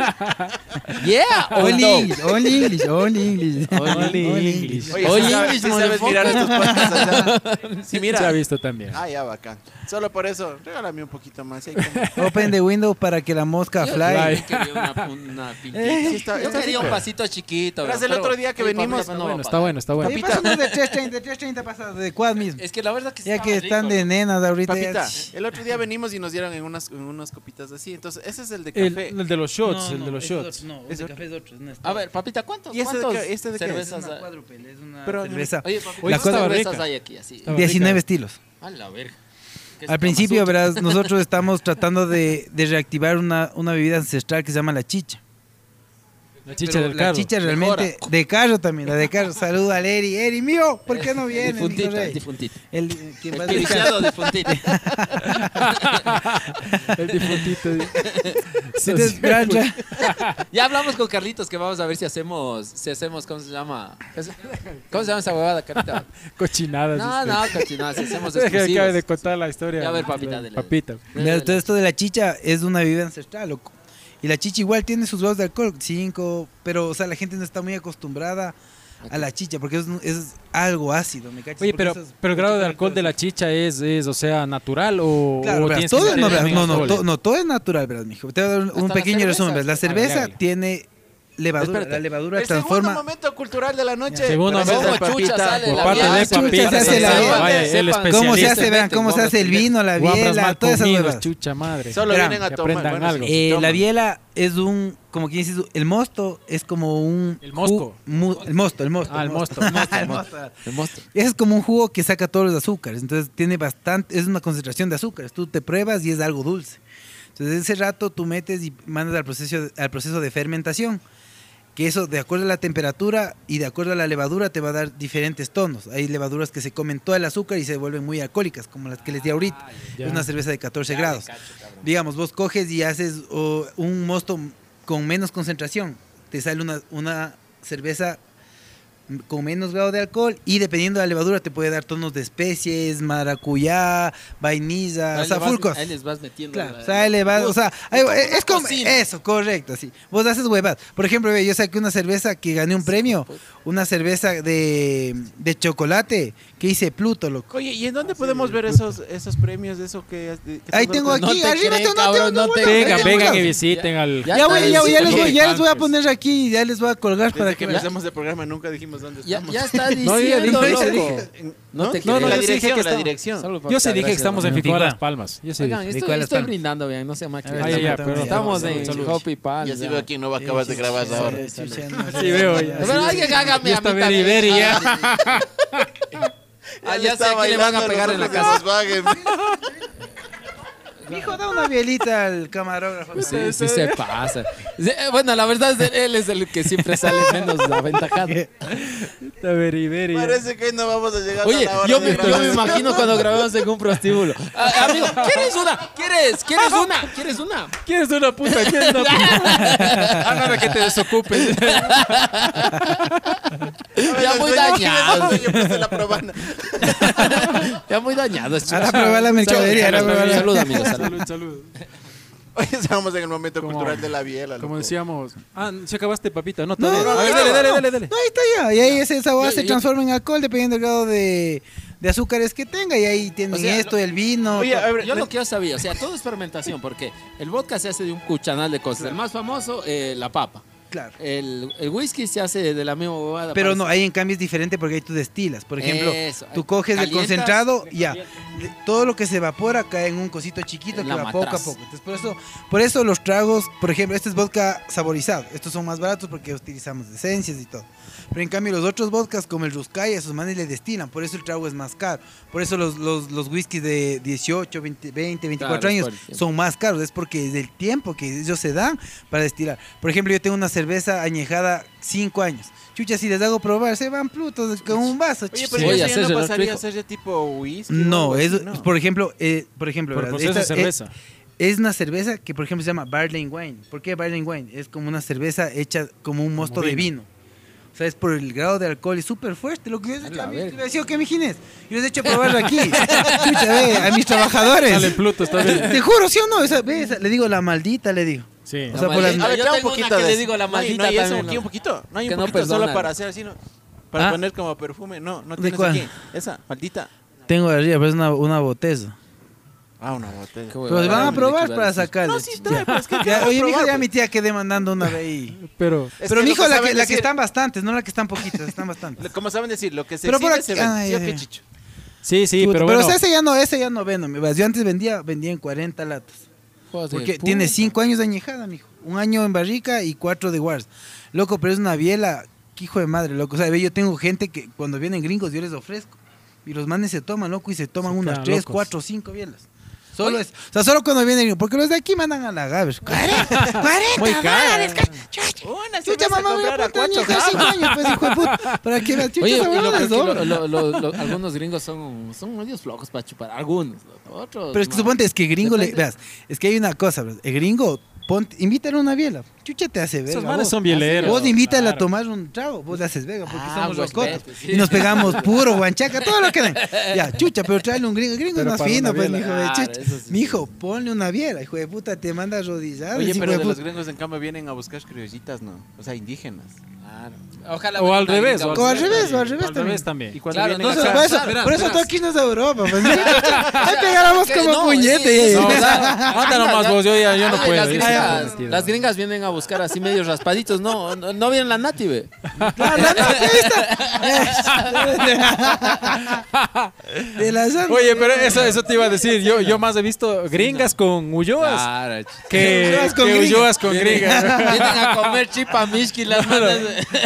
Yeah, or
All
no?
English, all English, all English.
Only English.
Oye,
Oye,
¿sí sabes,
English,
sí sabes
motherfucker.
mirar estos *laughs* podcasts allá? Sí,
Se ha
mira.
visto también.
Ah, ya, bacán. Solo por eso, regálame un poquito más. ahí como-
*laughs* Open the window para que la mosca fly.
Yo quería una, una pintita.
*laughs* Sí, está-
Yo
está
quería un
rico.
pasito chiquito.
Tras
bro,
el
pero
otro día que
mi
venimos-
papá no va
Bueno,
a
está
pagar.
bueno, está bueno.
Y pasamos de 3.30, de 3.30 pasas de cuad mismo.
Es que la verdad que sí
Ya
estaba
que están
rico,
de nenas ahorita. ya-
Papita, el otro día venimos y nos dieron en unas, en unas copitas así. Entonces, ese es el de
El,
café.
el de los shots, el de los shots. Ah,
No,
¿Es
el
de
de café es otro. No
¿no? A ver, papita, ¿cuántos,
¿Y este de
cuántos
qué- este de qué es?
es
cervezas
una
hay?
cuádruple, es una.
Pero-
Cerveza.
Oye, papita,
Oye,
¿cuántas
estaba
cervezas
rica.
hay aquí? Así.
Estaba-
19 estilos.
A la verga. Que
Al
se
principio,
llama sushi.
verás, nosotros
*laughs*
estamos tratando de, de reactivar una, una bebida ancestral que se llama la chicha.
La chicha
Pero
del
la
carro.
chicha realmente de carro también, la de carro. Saluda al Eri. Eri, mío, ¿por qué no viene?
Difuntita,
Nico Rey?
difuntita.
El, eh, quien va
El
a dejar-
viciado difuntita.
El difuntito.
Entonces, gran ra-
Ya hablamos con Carlitos que vamos a ver si hacemos, si hacemos, ¿cómo se llama? ¿Cómo se llama esa huevada,
*laughs*
Carlita?
Cochinadas.
No,
dice.
no, cochinada, si hacemos
Pues *laughs* Deja que acabe
exclusivos.
de contar la historia.
Ya, a ver, papita, dele.
Papita.
Verás, todo esto de la chicha es una bebida ancestral, loco. Y la chicha igual tiene sus grados de alcohol, 5, pero o sea, la gente no está muy acostumbrada a la chicha porque es, es algo ácido, ¿me cachas?
Oye,
Pues
pero,
Porque eso es-
pero el grado de alcohol de la chicha es, es o sea, natural o,
Claro,
o
verás,
tienes que
todo es,
meterle
no, verás,
también
no, no,
alcohol?
to- no, todo es natural, verás, mijo. Te voy a dar un, un
la
pequeño
cerveza
resumen. verás. La
es
cerveza
agradable.
tiene levadura.
Espérate.
La levadura
el segundo
transforma.
momento cultural de la noche.
Ya. Segundo
Gracias
momento.
al papita.
sale
Por
la
parte
mierda.
de
chucha,
papita.
se hace la
Sepan-
vela.
Vaya, el
Sepan
¿Cómo se
especialista.
hace? Vean cómo se hace el vino, la
Guambras
biela, todas esas
Malcominos,
huevas.
chucha madre.
Solo
Verán,
vienen a
que
tomar.
aprendan algo.
sí,
Eh,
toman.
la biela es un, como quien dice, el mosto es como un...
El mosco.
ju- mu- el mosto, el mosto.
Ah, el mosto.
*laughs* El mosto.
El monstruo.
Ese es como un jugo que saca todos los azúcares, entonces tiene bastante, es una concentración de azúcares. Tú te pruebas y es algo dulce. Entonces, ese rato tú metes y mandas al proceso, al proceso de fermentación. Que eso, de acuerdo a la temperatura y de acuerdo a la levadura, te va a dar diferentes tonos. Hay levaduras que se comen todo el azúcar y se vuelven muy alcohólicas, como las que les di ahorita.
Ah, ya.
Es una cerveza de 14
Ya,
grados.
me cacho, cabrón.
Digamos, vos coges y haces o, un mosto con menos concentración. Te sale una, una cerveza con menos grado de alcohol y dependiendo de la levadura te puede dar tonos de especies, maracuyá, vainilla,
Ahí
o
le
sea,
vas-
furcos.
Ahí les vas metiendo.
Claro,
la-
o sea, elevado, o sea, ahí- es, como
cocina.
eso, correcto, sí. Vos haces huevadas. Por ejemplo, ve, yo saqué una cerveza que gané un premio, una cerveza de, de chocolate que hice Pluto, loco.
Oye, ¿y en dónde podemos ver esos, esos premios, eso que... has- que
Ahí
estás
tengo
dando?
No
aquí,
te
arriba
creen,
tengo, no
cabrón,
tengo,
no
no
te
tengo.
creen.
Venga,
Ya,
venga que
ya.
visiten al-
Ya,
está
voy-
el
ya, ya
sitio
les voy,
web.
ya les voy a poner aquí, ya les voy a colgar
Desde
para
que
que me
empezamos el programa nunca dijimos dónde
Ya,
estamos.
ya está
*laughs* No, yo ya
diciendo,
dije,
loco.
yo
En-
No te
no,
creo.
la
Yo
sí dije
dirección,
que
la
estaba-
dirección.
Solo por-
Yo sí
Gracias,
dije que estamos en
loco.
Ficua
Ficua.
Las Palmas. Yo sí
Oigan,
dije.
esto-
Nicole
estoy
Espana.
brindando bien, no se maquinen.
Ah, ya, ya, pero-
Estamos
Salud,
en
salud.
Hopi Pan.
Ya se
ya.
veo que no acabas de grabar ahora.
Sí, veo, ya.
Pero ay, hágame
Ya
a
está
mí también.
Beriberi, ya. *laughs*
Ah, ya sé que le van a pegar en la casa.
Hijo, da una bielita al camarógrafo.
Sí, sí se pasa. Sí, eh, Bueno, la verdad es que él es el que siempre sale
*laughs*
menos aventajado.
Está very, very, ya.
Parece que no vamos a llegar
Oye,
a la hora
yo
de
me, yo
grabar.
me imagino cuando grabamos en un prostíbulo. Ah, amigo, ¿quieres una? ¿Quieres? ¿Quieres una? ¿Quieres una?
¿Quieres una puta? ¿Quieres una
*laughs*
puta?
Ah,
Ándame que te desocupes.
Ya muy dañado.
Yo puse la probanda.
*laughs* Ya muy dañado.
Ahora prueba la mercadería, ahora prueba la-
Salud, amigos. salud.
Salud, salud.
Hoy estamos en el momento
Como-
cultural de la biela.
Como
loco.
decíamos. Ah, se acabaste, papita. No,
No,
todavía.
no,
A ver,
no,
dale,
no,
dale,
no.
dale, dale.
No, ahí está ya. Y ahí ese esa agua
Yo-
se
yo-
transforma en alcohol dependiendo del grado de, de azúcares que tenga. Y ahí tienen
O sea,
esto, el vino.
Oye, a ver,
Yo lo que yo sabía, o sea, todo es fermentación, porque el vodka se hace de un cuchanal de cosas. El más famoso, eh, la papa.
claro.
El, el whisky se hace de la misma bobada.
Pero
parece.
no, ahí en cambio es diferente porque ahí tú destilas. Por ejemplo,
Eso, ahí
tú coges el
calientas,
concentrado, ya. de- Todo lo que se evapora cae en un cosito chiquito
En
que
la
va poco a
matraz.
poco. Entonces, por eso, por eso los tragos, por ejemplo, este es vodka saborizado. Estos son más baratos porque utilizamos esencias y todo. Pero en cambio, los otros vodkas, como el Ruskaya, sus manes le destilan. Por eso el trago es más caro. Por eso los, los, los whiskies de 18, 20, 20
Claro,
24
es
años
por el tiempo.
son más caros. Es porque es el tiempo que ellos se dan para destilar. Por ejemplo, yo tengo una cerveza añejada 5 años. Chucha, si les hago probar, se van plutos con un vaso.
Oye,
Sí,
pero
oye,
eso ya
hacerse
no
el
pasaría
reflejo.
a ser de tipo whisky.
No,
o algo así,
es, por ejemplo, eh, por ejemplo,
Por
verás,
proceso de
esta-
cerveza.
eh, Es, una cerveza que, por ejemplo, se llama Barley and Wine. ¿Por qué Barley and Wine? Es como una cerveza hecha como un mosto de vino. O sea, es por el grado de alcohol, es súper fuerte. Lo que yo les he hecho
la
a mí,
verga.
les digo, ¿qué me Yo les he hecho probar aquí. *laughs* Chucha, ve, a mis trabajadores.
Dale, Pluto, está bien.
Te juro, ¿sí o no? Esa- ve, esa- le digo, la maldita, le digo.
*laughs* Sí.
O sea, por las-
maldita,
A ver,
Ah, yo
trae
tengo
un
una que
poquito de
le
eso.
digo la
No, y
maldita
no hay eso
también,
aquí
¿no?
un poquito. No hay
Que
un
no
poquito solo
perdonan.
para hacer así, ¿no? Para
Ah.
poner como perfume. No, no
¿De
tienes
cuál?
aquí. Esa, maldita.
Tengo arriba, pero es una, una botella.
Ah, una botella.
Qué
Pero van a
Ay,
probar
qué
para
barbaridad.
sacarles.
No, sí, trae,
Ya.
pero es que
Ya,
quiero
oye, mi hijo,
probar,
ya
pues.
mi tía quedé mandando una vez ahí.
Pero.
Es
pero
que
mi
lo
hijo,
que
la, que,
saben
la que
decir-
están bastantes, no la que están poquitas, están
*laughs*
bastantes.
lo- Como saben decir, lo que se
Pero por
exhibe
aquí-
se vende.
ay,
¿Sí o
ay,
qué,
ay.
Chicho?
Sí, sí,
Puta,
pero bueno.
o sea, ese ya no, ese ya no vendo, mi vas. Yo antes vendía, vendía en 40 latas.
Joder,
Porque
puta.
tiene 5 años de añejada, mijo. Un año en barrica y 4 de wars. Loco, pero es una biela, qué hijo de madre, loco. O sea, ve, yo tengo gente que cuando vienen gringos yo les ofrezco. Y los manes se toman, loco, y se toman
Se
unas
quedan
3,
locos.
4, 5 bielas. Solo es, o sea, solo cuando vienen gringos, porque los de aquí mandan a
*laughs*
la gaber. 40, 40 dólares, ca-
Una se
Chucha,
vas a
mamá, voy
comprar
a
a
poner
cuatro
a cinco años, *laughs* pues, hijo de puta. Para que veas, chucha,
Oye,
esa
y lo peor
huevada es
es que lo-
doble.
lo- lo- lo- algunos gringos son, son medios flojos para chupar. Algunos. Otros.
Pero es que
no.
suponte, es que gringo, le,
Depende.
veas, es que hay una cosa, bro. El gringo, ponte, invítale una biela. Chucha, te hace verga.
Esos manes
vos.
son bieleros.
Vos invítala
Claro.
a tomar un trago, vos le haces vega porque
Ah,
somos
güey,
roscotas.
vete, sí.
Y
*laughs*
nos pegamos puro, guanchaca, todo lo que den. Ya, chucha, pero tráele un gringo. El gringo
Pero
es más
para
fino,
una
pues,
biela.
mijo. de
Claro,
chucha.
eso sí.
Mijo, ponle una biela, hijo de puta, te manda arrodillado.
Oye,
hijo
pero
de
de
puta.
los gringos en cambio vienen a buscar criollitas, ¿no? O sea, indígenas.
Claro. Ojalá.
O
venga
al
una
revés.
gringa
O al
bonita.
revés, o al revés
Al
también.
revés también.
Y cuando
Claro,
vienen
no
a
se
Por
lo
casa-
puede-
eso,
verás,
por eso tú
verás.
aquí no es de Europa. Pues.
*laughs*
Ahí pegáramos
Que
como
no,
puñete.
sí,
*laughs* ya,
no,
ya.
o sea,
Mata nomás vos, yo ya- yo no
Ay,
puedo,
Las
yo sí estoy
gringas,
vestido.
las gringas vienen a buscar así medios raspaditos. No, no, no vienen la nati, ve.
Claro, la neta, ahí está. *laughs* De la sangre.
Oye, pero eso, eso te iba a decir. Yo, yo más he visto gringas con Ulloas
*laughs* Claro,
que,
Ulloas con
que
gringas.
Ulloas con
*laughs*
gringas.
Vienen a comer chipa mishki las manos.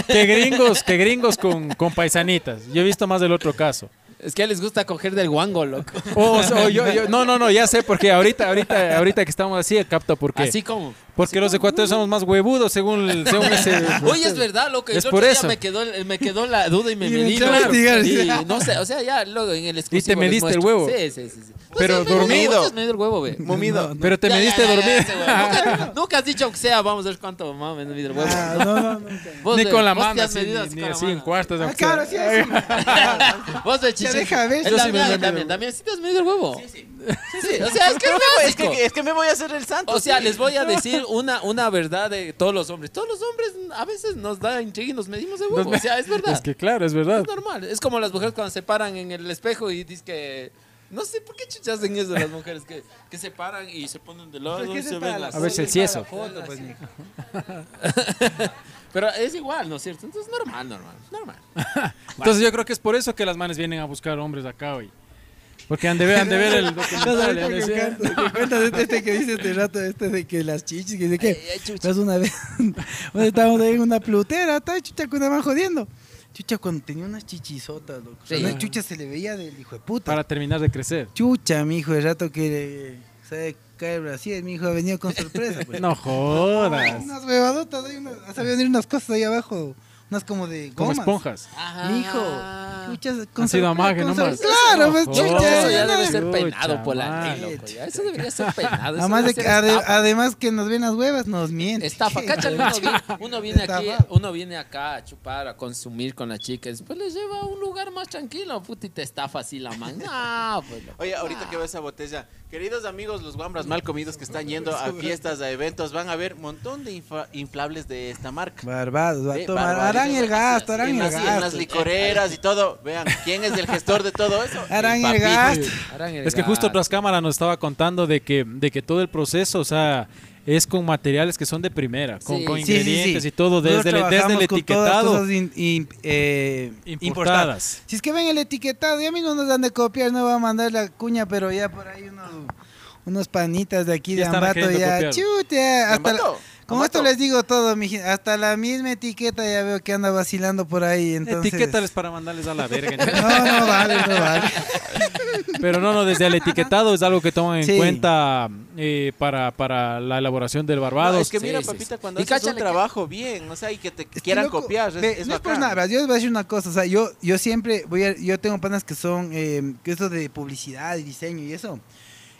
que gringos, que gringos con, con paisanitas. Yo he visto más del otro caso.
Es que a él les gusta coger del guango, loco.
O, o- o yo, yo- no, no, no, ya sé porque ahorita, ahorita, ahorita que estamos así, capto porque
Así como.
porque los ecuatorianos somos más huevudos según, el- según ese.
Oye, es verdad, loco. el
Es
otro
por
día
eso.
me quedó, el- me quedó la duda y me
Y me
medí.
echó a
loco.
investigar.
Y no sé, o sea, ya luego en el exclusivo. les
mediste el
muestro.
huevo.
Sí, sí, sí. sí. No
Pero
sé, me- me-
dormido.
me has medido el huevo, ve.
Mumido.
Pero te
Ya, ya,
mediste
ya, ya,
dormir.
ese huevo. Nunca, nunca has dicho que sea, vamos a ver cuánto mamá me medido el huevo.
Ah, no, no, no.
Vos,
ni
eh,
con la
vos te
mano,
has
así,
medido
ni, ni
con la
así
mano.
en cuartos.
Ah,
aunque sea.
claaro, sí, eso.
*laughs* Vos de chichín.
deja ver.
El
Yo sí me
Damián,
he
el
medido.
Damián, Damián, sí te has medido el huevo. Sí, sí. O sea,
*laughs*
es que
*laughs*
es básico.
Es que, es que me voy a hacer el santo.
O sea,
sí.
les voy a decir una, una verdad de todos los hombres. Todos los hombres a veces nos da intriga y nos medimos de huevo. O sea, es verdad.
Es que claro, es
Pues
verdad.
Es normal. Es como las mujeres cuando se paran en el espejo y dicen que. No sé por qué chuchas hacen eso las mujeres que, que se paran y se ponen de lado y se ven las-
A ver si el cieso.
pues, *laughs* Pero es igual, ¿no es cierto? Entonces, normal, normal, normal.
Entonces yo creo que es por eso que las manes vienen a buscar hombres acá hoy. Porque han de ver, han de ver el documental. han de *laughs*
que
decir-
encanta, que cuentas este, este que dice este rato, este de que las chichis, que dice que.
Ay, ay, chucha.
Pues una vez, *laughs* una vez estábamos ahí en una plutera, está chucha con una más jodiendo. Chucha, cuando tenía unas chichisotas, loco. O sea,
Sí.
una chucha se le veía del hijo de puta.
Para terminar de crecer.
Chucha, mi hijo, el rato que se cae el Brasil, mi hijo ha venido con sorpresa.
*laughs*
Pues.
No jodas.
Unas huevadotas, hay unas, hasta venir unas cosas ahí abajo, unas como de
Como
gomas.
esponjas.
Ajá.
Mi hijo, chuchas con
Han sido
sorpresa,
amague
con
nomás.
sorpresa. Claro, pues
No
Yo creo que
chucha.
eso Ah. ya
ya
debe
no-
ser peinado
Chucha,
por la ley,
madre.
loco. ya. Eso debería ser peinado. eso
Además de
debe
que,
ser
ade-
estafa. Eh,
además que nos ven las huevas, nos mienten.
Estafa,
Qué
cacha, uno viene, uno viene aquí,
Estafa.
uno viene acá a chupar, a consumir con la chica, y después les lleva a un lugar más tranquilo, puta, y te estafa así la mano. No, pues,
*laughs*
loco,
Oye, ahorita
no.
que veo esa botella. Queridos amigos, los guambras mal comidos que están yendo a fiestas, a eventos, van a ver un montón de infa- inflables de esta marca.
Barbados, va a
Sí,
tomar.
barbados.
Harán el gasto, harán
En
el
las, en las
gasto.
licoreras y todo. Vean, ¿quién es el gestor de todo eso?
Harán el
papito.
gasto.
Harán el
Es que justo
gato.
tras cámara nos estaba contando de que, de que todo el proceso, o sea, es con materiales que son de primera, con,
Sí.
con
Sí,
Sí, sí, sí.
ingredientes y todo, desde,
Nosotros
el- desde el
trabajamos con todas
etiquetado.
cosas in- in- eh, importadas.
Importadas.
Si es que ven el etiquetado, ya mismo nos dan de copiar, no va a mandar la cuña, pero ya por ahí unos, unos panitas de aquí
Ya
de
están
Ambato
queriendo
ya.
copiar.
Chuta, hasta la-
Ambato,
como esto
Ambato.
les digo todo, miji, hasta la misma etiqueta ya veo que anda vacilando por ahí. Entonces...
Etiquétales para mandarles a la verga.
*laughs* No, no vale, no vale.
Pero no, no, desde el etiquetado es algo que toman en
Sí.
cuenta eh, para, para la elaboración del
No,
barbados.
es que mira,
Sí, sí, sí.
papita, cuando
Y
haces
cáchale
un
que-
trabajo bien, o sea, y que te
Es que,
quieran
loco,
copiar, es,
ve,
es
no es por
bacán.
nada, verás, yo les voy a decir una cosa, o sea, yo, yo siempre voy a, yo tengo panas que son eh, que esto de publicidad y diseño y eso.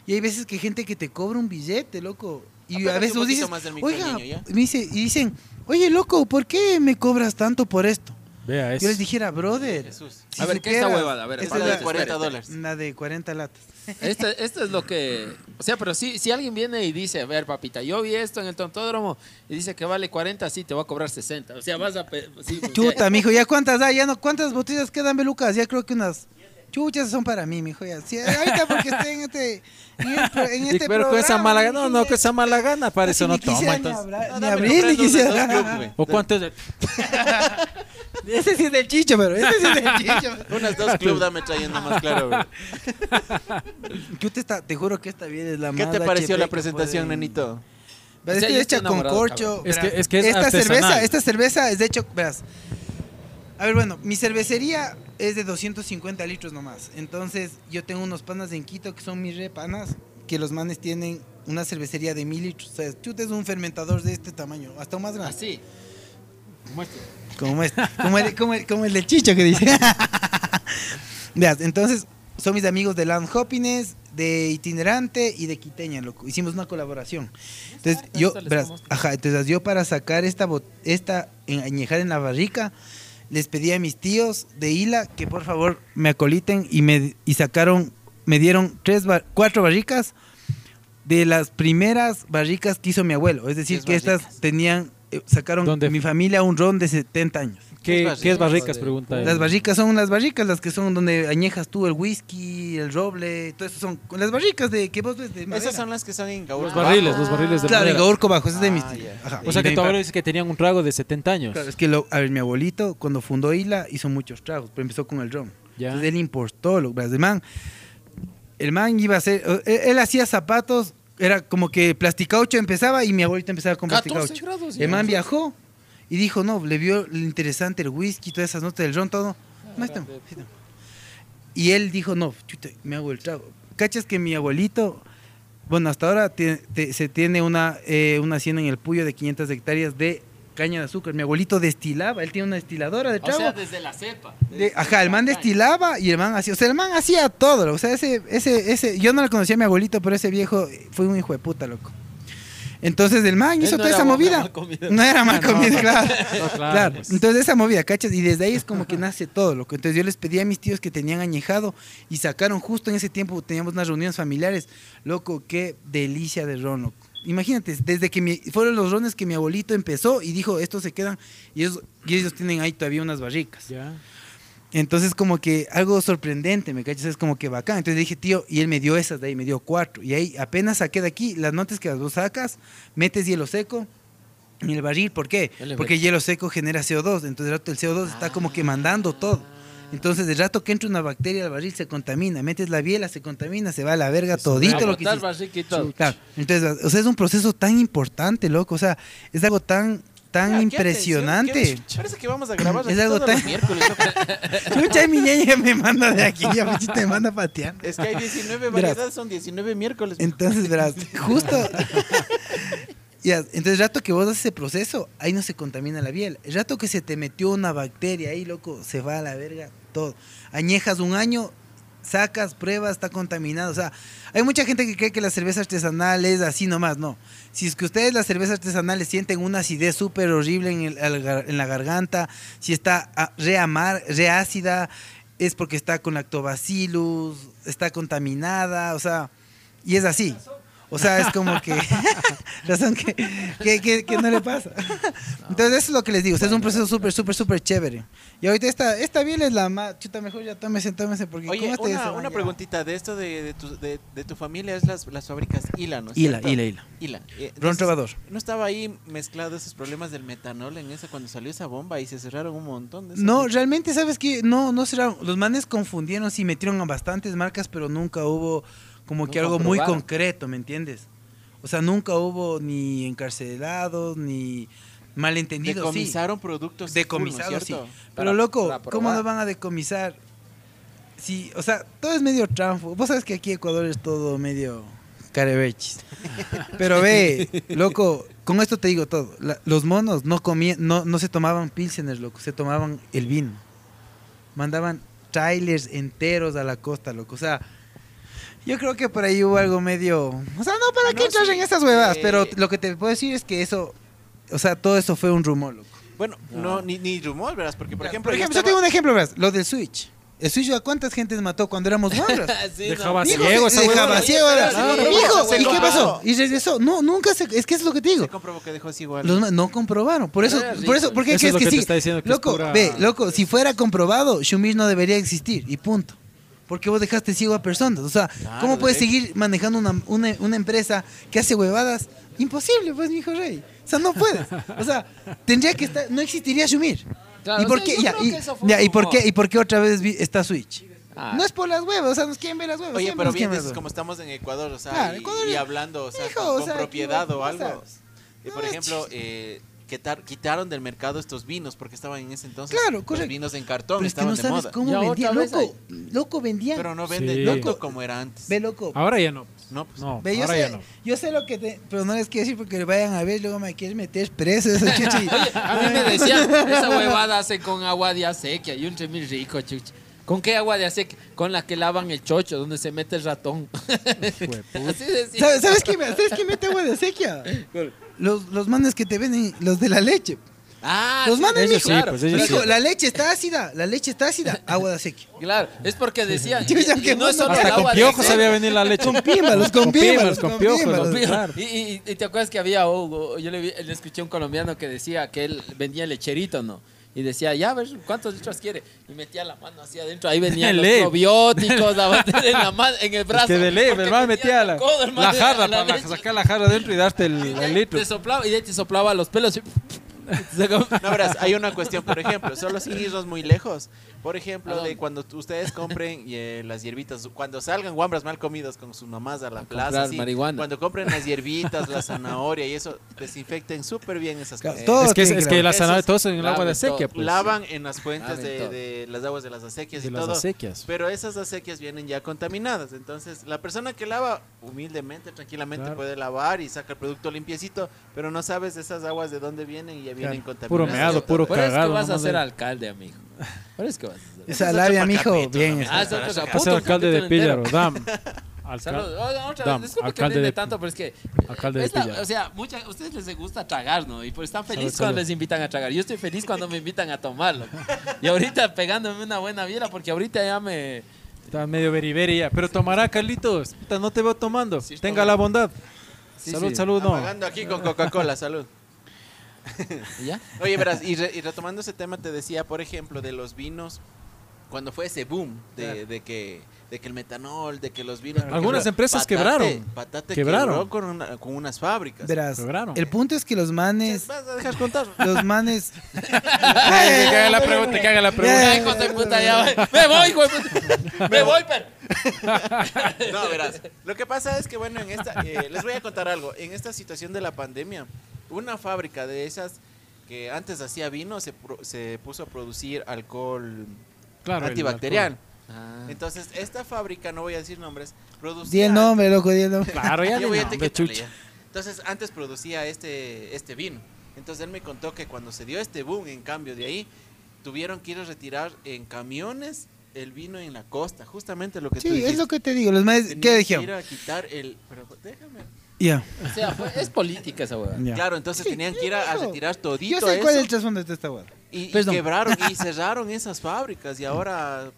Y hay veces que hay gente que te cobra un billete, loco. Y
Apérate
a veces
un
vos
poquito
dices,
más del micro,
oiga,
niño, ¿ya?
me dice, y dicen, oye, loco, ¿por qué me cobras tanto por esto?
Vea, es-
Yo les dijera, brother.
Jesús.
si
A ver, ¿qué es esta
supieras,
huevada? A ver,
esta
Paga
es
de
la-
40 dólares.
la de 40 latas.
Esto, esto Este, es lo que. O sea, pero si, si alguien viene y dice, a ver, papita, yo vi esto en el tontódromo y dice que vale 40, sí, te voy a cobrar 60. O sea, vas a. pe-
*laughs*
sí, o sea,
Chuta, mijo, ya cuántas da, ya no, cuántas botellas quedan, Belucas, ya creo que unas chuchas son para mí, mijo, ya. Sí, ahorita porque estoy en este, en el pro- en
Y
este
pero con esa
programa,
mala gana,
mijo,
no, no,
ya.
con esa mala gana, para eso
Ni
no
quisiera
toma.
ni
entonces.
abra-
No,
Ni
dame,
abrir ni
comprando unos dos club,
quisiera.
güey.
¿O cuánto es? de-
Ese sí es del chicho, pero ese sí es
*laughs*
del chicho.
Unas dos club, dame trayendo más
*laughs*
claro, güey.
Chuta, esta- te juro que esta bien es la
¿Qué
más
te pareció
HP
la
que
presentación,
pueden-
nenito?
Verás,
O sea, yo
esta este es hecha
estoy
con
enamorado,
corcho.
cabrón.
Es
verás.
que- es que es
esta
artesanal.
cerveza, esta cerveza es de hecho, verás. A ver, bueno, mi cervecería es de 250 litros nomás. Entonces, yo tengo unos panas en Quito que son mis repanas, que los manes tienen una cervecería de mil litros. O sea, chuta es un fermentador de este tamaño, hasta más grande.
Así.
Como, es, como, el, como, el, como el del chicho que dice. *laughs* Veas, entonces son mis amigos de Land Hoppines, de Itinerante y de Quiteña, loco. Hicimos una colaboración. Entonces yo,
les
verás,
vamos
ajá, entonces yo para sacar esta, bot- esta en- añejar en la barrica, les pedí a mis tíos de Hila que por favor me acoliten y me y sacaron, me dieron tres, bar- cuatro barricas de las primeras barricas que hizo mi abuelo. Es decir,
Tres
que estas
barricas.
tenían, eh, sacaron
¿Dónde?
mi familia un ron de 70 años.
¿Qué,
barricas?
¿Qué es barricas? Pregunta. él.
Las barricas son las barricas, las que son donde añejas tú el whisky, el roble, todo eso son las barricas de que vos ves de madera.
Esas son las que son en Gaur.
Los barriles, los barriles de
Claro, el
madera.
gaurco bajo, ese es de mis
Ah,
tíos.
ya.
Ajá.
O sea
De
que
mi
tu
padre.
abuelo dice que tenían un trago de 70 años.
Claro, es que lo- a ver, mi abuelito cuando fundó Isla hizo muchos tragos, pero empezó con el ron.
Ya.
Entonces él importó lo el man. El man iba a hacer, o- él, él hacía zapatos, era como que plasticaucho empezaba y mi abuelito empezaba con
14
plasticaucho.
grados.
El
ya.
man viajó y dijo, no, le vio lo interesante el whisky, todas esas notas del ron, todo. Ahí está. Y él dijo, no, chuta, me hago el trago. ¿Cachas que mi abuelito, bueno, hasta ahora tie- te- se tiene una, eh, una hacienda en el Puyo de 500 hectáreas de caña de azúcar. Mi abuelito destilaba, él tiene una destiladora de
O
trago.
sea, desde la cepa.
De- ajá, el man destilaba y el man hacía. O sea, el man hacía todo. loco. O sea, ese, ese, ese. Yo no lo conocía a mi abuelito, pero ese viejo fue un hijo de puta, loco. Entonces el man
Él
hizo
no
toda
era
esa
boca,
movida.
mal comido.
No era mal comido, claro.
No, claro,
Claro,
pues.
entonces esa movida, ¿cachas? Y desde ahí es como que nace todo, loco. Entonces yo les pedí a mis tíos que tenían añejado y sacaron justo en ese tiempo, teníamos unas reuniones familiares. Loco, qué delicia de ron, loco. Imagínate, desde que mi- fueron los rones que mi abuelito empezó y dijo, estos se quedan, y ellos, y ellos tienen ahí todavía unas barricas.
Ya.
Entonces, como que algo sorprendente, ¿me cachas? Es como que bacán. Entonces le dije, tío, y él me dio esas de ahí, me dio cuatro. Y ahí apenas saqué de aquí las notas que las vos sacas, metes hielo seco en el barril. ¿Por qué?
Ya le
Porque el hielo seco genera CO2. Entonces, el rato el CO2 está como que mandando todo. Entonces, el rato que entra una bacteria al barril, se contamina. Metes la biela, se contamina, se va a la verga todito lo que
Botar
hiciste.
barrica y todo.
Claro. Entonces, o sea, es un proceso tan importante, loco. O sea, es algo tan, tan
Ah, qué
impresionante.
atención, qué- Parece que vamos a grabar.
Es algo
todos los
tan-
miércoles, ¿no?
*laughs* Chucha, mi ñaña me manda de aquí, ya pues, te manda pateando.
Es que hay 19
Verás.
variedades, son 19 miércoles.
Entonces, verás, justo. Ya, entonces, el rato que vos haces ese proceso, ahí no se contamina la piel. El rato que se te metió una bacteria ahí, loco, se va a la verga todo. Añejas un año, sacas, pruebas, está contaminado. O sea, hay mucha gente que cree que la cerveza artesanal es así nomás, no. Si es que ustedes la cerveza artesanal le sienten una acidez súper horrible en, el- al gar- en la garganta, si está ah, re amar- re ácida, es porque está con lactobacillus, está contaminada, o sea, y es así. O sea, es como que... *laughs* razón que, que, que- que no le *laughs* pasa. Entonces, eso es lo que les digo. o sea, es un proceso súper, súper, súper chévere. Y ahorita esta, esta biel es la más... Chuta, mejor ya tómese, tómese, porque...
Oye,
¿cómo te
una,
se
una
baña?
preguntita de esto de, de tu, de- de tu familia es las, las fábricas Hila, ¿no? es
Hila,
cierto?
hila, hila.
Hila. Eh,
Ron
entonces,
Trovador.
¿No estaba ahí mezclado esos problemas del metanol en esa cuando salió esa bomba y se cerraron un montón de esas
No,
fábricas?
realmente, ¿sabes qué? No, no será. Los manes confundieron y metieron a bastantes marcas, pero nunca hubo como
Nunca
que algo muy
probaron.
concreto, ¿me entiendes? O sea, nunca hubo ni encarcelados, ni malentendidos. sí.
Decomisaron productos.
Decomisados,
full, ¿no es
sí.
cierto?
Pero
Para-
loco,
para
¿cómo
probar.
nos van a decomisar? Sí, o sea, todo es medio trampo. Vos sabes que aquí Ecuador es todo medio carebechis. Pero ve, loco, con esto te digo todo. La- los monos no comían, no, no se tomaban pilsener, loco, se tomaban el vino. Mandaban trailers enteros a la costa, loco. O sea, yo creo que por ahí hubo algo medio. O sea, no, ¿para
No,
qué entrar
sí,
en esas huevas?
eh,
Pero lo que te puedo decir es que eso, o sea, todo eso fue un rumor, loco.
Bueno, no,
No.
ni, ni rumor, verás, porque por ejemplo.
Por
yo
ejemplo, yo
estaba-
tengo un ejemplo, verás, lo del Switch. El Switch, ¿a cuántas gentes mató
*laughs*
cuando éramos guambras?
*laughs* Sí,
Dejaba
no.
así.
Hijo,
ciego
se
esa
dejaba
huevona.
ciego, verás.
Claro,
Hijo,
sí,
se
¿y qué
comprobó.
pasó? Y regresó. No, nunca se... Es que es lo que te digo.
Se comprobó que dejó así igual.
Los ma- no comprobaron. Por eso,
Eh,
Ah, sí,
por eso,
sí.
¿por qué
Eso es
crees
lo
que,
que te
sí?
está diciendo, que es
loco,
pura-
ve, loco, si fuera comprobado, Shumish no debería existir y punto. Porque vos dejaste ciego a personas. O sea, ¿cómo puedes seguir manejando una, una- una empresa que hace huevadas? Imposible, pues, mi hijo rey. O sea, no puedes. O sea, tendría que estar, no existiría Shumir.
Claro,
¿Y por
o sea,
qué?
yo
Ya,
creo
y,
que eso fue
ya,
un
¿y por
rumor.
qué? ¿Y por qué otra vez vi- está Switch?
Ah.
No es por las huevas, o sea, nos quieren ver las huevas.
Oye,
siempre
pero
nos
bien
quieren ver
dices
las
como estamos en Ecuador, o sea,
Claro,
y,
Ecuador
y
es-
hablando, o sea,
hijo,
con,
o
con
sea,
propiedad o
equivocas,
algo.
¿sabes?
Y
No,
por
es
ejemplo,
chis-
eh, quitar- quitaron del mercado estos vinos porque estaban en ese entonces
Claro,
los
correcto.
vinos en cartón,
Pero Pues es que
estaban
no
de
sabes
moda.
Ya
cómo
otra
vendían,
vez
loco. Loco vendían.
Pero no venden
Sí.
tanto como era antes.
Ve, loco.
Ahora ya no.
No, pues.
No,
Ve, yo,
Ah, ahora
sé,
ya no.
yo sé lo que te. Pero no les quiero decir porque vayan a ver y luego me quieren meter preso. Eso, chuchi.
A mí me decían, esa huevada hace con agua de acequia y un chemil rico, chucha. ¿Con qué agua de acequia? Con la que lavan el chocho, donde se mete el ratón. Así decía.
*laughs* ¿Sabes, sabes quién, me- ¿Sabes quién mete agua de acequia? Los, los manes que te venden, los de la leche.
Ah,
Los
sí,
mandan,
ellos
mijo.
sí, claro.
pues ellos
Mijo,
sí.
la leche está ácida, la leche está ácida, agua de acequia.
Claro, es porque decían,
Yo ya
y- y
que
no es
no-
solo el
Hasta con
agua de
piojos
acequia.
sabía venir la leche.
Con pímbalos, con pímbalos,
con
con
piojos.
pímbalos.
Pero,
claro.
Y, y- y te acuerdas que había Hugo, yo le, vi- le escuché a un colombiano que decía que él vendía lecherito, ¿no? Y decía, ya, a ver, ¿cuántos litros quiere? Y metía la mano así adentro, ahí
*laughs*
venían los
Ley.
probióticos, la base- en
*laughs*
la mano, en el brazo.
Es que de ley,
porque
hermano, metía la,
el codo, hermano,
la jarra
en la
para
leche.
sacar la jarra adentro y darte el,
Y de
el
ahí
litro.
Te soplaba, y de ahí te soplaba los pelos. y-
No, verás, hay una cuestión, por ejemplo, solo sin irnos muy lejos. Por ejemplo, de cuando t- ustedes compren eh, las hierbitas, cuando salgan guambras mal comidas con sus mamás a la plaza,
comprar
así,
marihuana.
cuando compren las hierbitas, la zanahoria y eso, desinfecten súper bien esas
Claro,
cosas.
todo
es que, es,
tiene
es
que
que la
lavar.
zanahoria, todo eso en el
Laven
agua de
todo.
acequia. Pues,
Laven en las fuentes
Laven
de,
todo.
de las aguas de las acequias
de
y
las
todo.
acequias.
Pero esas acequias vienen ya contaminadas. Entonces, la persona que lava humildemente, tranquilamente
Claro.
puede lavar y saca el producto limpiecito, pero no sabes de esas aguas de dónde vienen y ya vienen contaminadas.
puro meado, puro
Por eso es que
cagado,
vas a
nomás
ser
de-
alcalde, amigo. Por eso es que vas a
*laughs*
ser.
Esa labia, mijo,
capítulo,
bien.
¿no?
está.
Ah, es otro capítulo,
Va a ser
un
alcalde de
capítulo entero.
Píllaro, dam. *laughs*
Saludos.
Alcal-
Oiga, otra
Dam,
vez, disculpe que
alcalde
brinde
de-
tanto, pero es que. eh,
alcalde de
es la-
Pillar.
o sea, mucha- a ustedes les gusta tragar, ¿no? Y pues están felices
Salud,
cuando
salud.
les invitan a tragar. Yo estoy feliz cuando me invitan a tomarlo. Y ahorita pegándome una buena viera, porque ahorita ya me.
Está medio beriberia. Pero tomará, Carlitos. Puta, no te veo tomando.
Sí,
Tenga
toma.
la bondad.
Sí,
salud,
sí.
salud, no.
Pagando aquí con Coca-Cola, salud.
¿Y ¿Ya?
Oye, verás, y, re- y retomando ese tema, te decía, por ejemplo, de los vinos, cuando fue ese boom de, de que, de que el metanol, de que los vinos. por
Algunas empresas quebraron.
Patate
Quebraron.
quebró con, una- con unas fábricas.
Verás,
Lograron.
el punto es que los
*laughs*
manes,
¿Vas a dejar contar?
los manes,
Que haga la pregunta, que haga la pregunta.
Ay, hijo de puta, ya voy. Me voy, hijo de puta. Me voy, pero.
*laughs* No, verás. Lo que pasa es que, bueno, en esta, eh, les voy a contar algo. En esta situación de la pandemia, una fábrica de esas que antes hacía vino se, pro- se puso a producir alcohol
Claro, el
antibacterial.
Ah.
Entonces, esta fábrica, no voy a decir nombres,
*laughs* di
producía.
el nombre, loco, di el nombre.
alcohol. Claro, ya
Yo
no,
voy a
hombre,
etiquetarle
chucha.
ya. Entonces, antes producía este, este vino. Entonces, él me contó que cuando se dio este boom, en cambio, de ahí, tuvieron que ir a retirar en camiones el vino en la costa. Justamente lo que tú
Sí,
dijiste.
es lo que te digo, los manes,
Tenían
¿qué
que
dijeron?
ir a quitar el... pero pues, déjame.
Ya,
O sea, fue- es política esa huevada.
ya.
Claro, entonces tenían que ir a, a retirar
Yo
todito
sé cuál es
eso.
el trasfondo de esta hueá.
Y, y
Perdón.
quebraron
*laughs*
y cerraron esas fábricas y ahora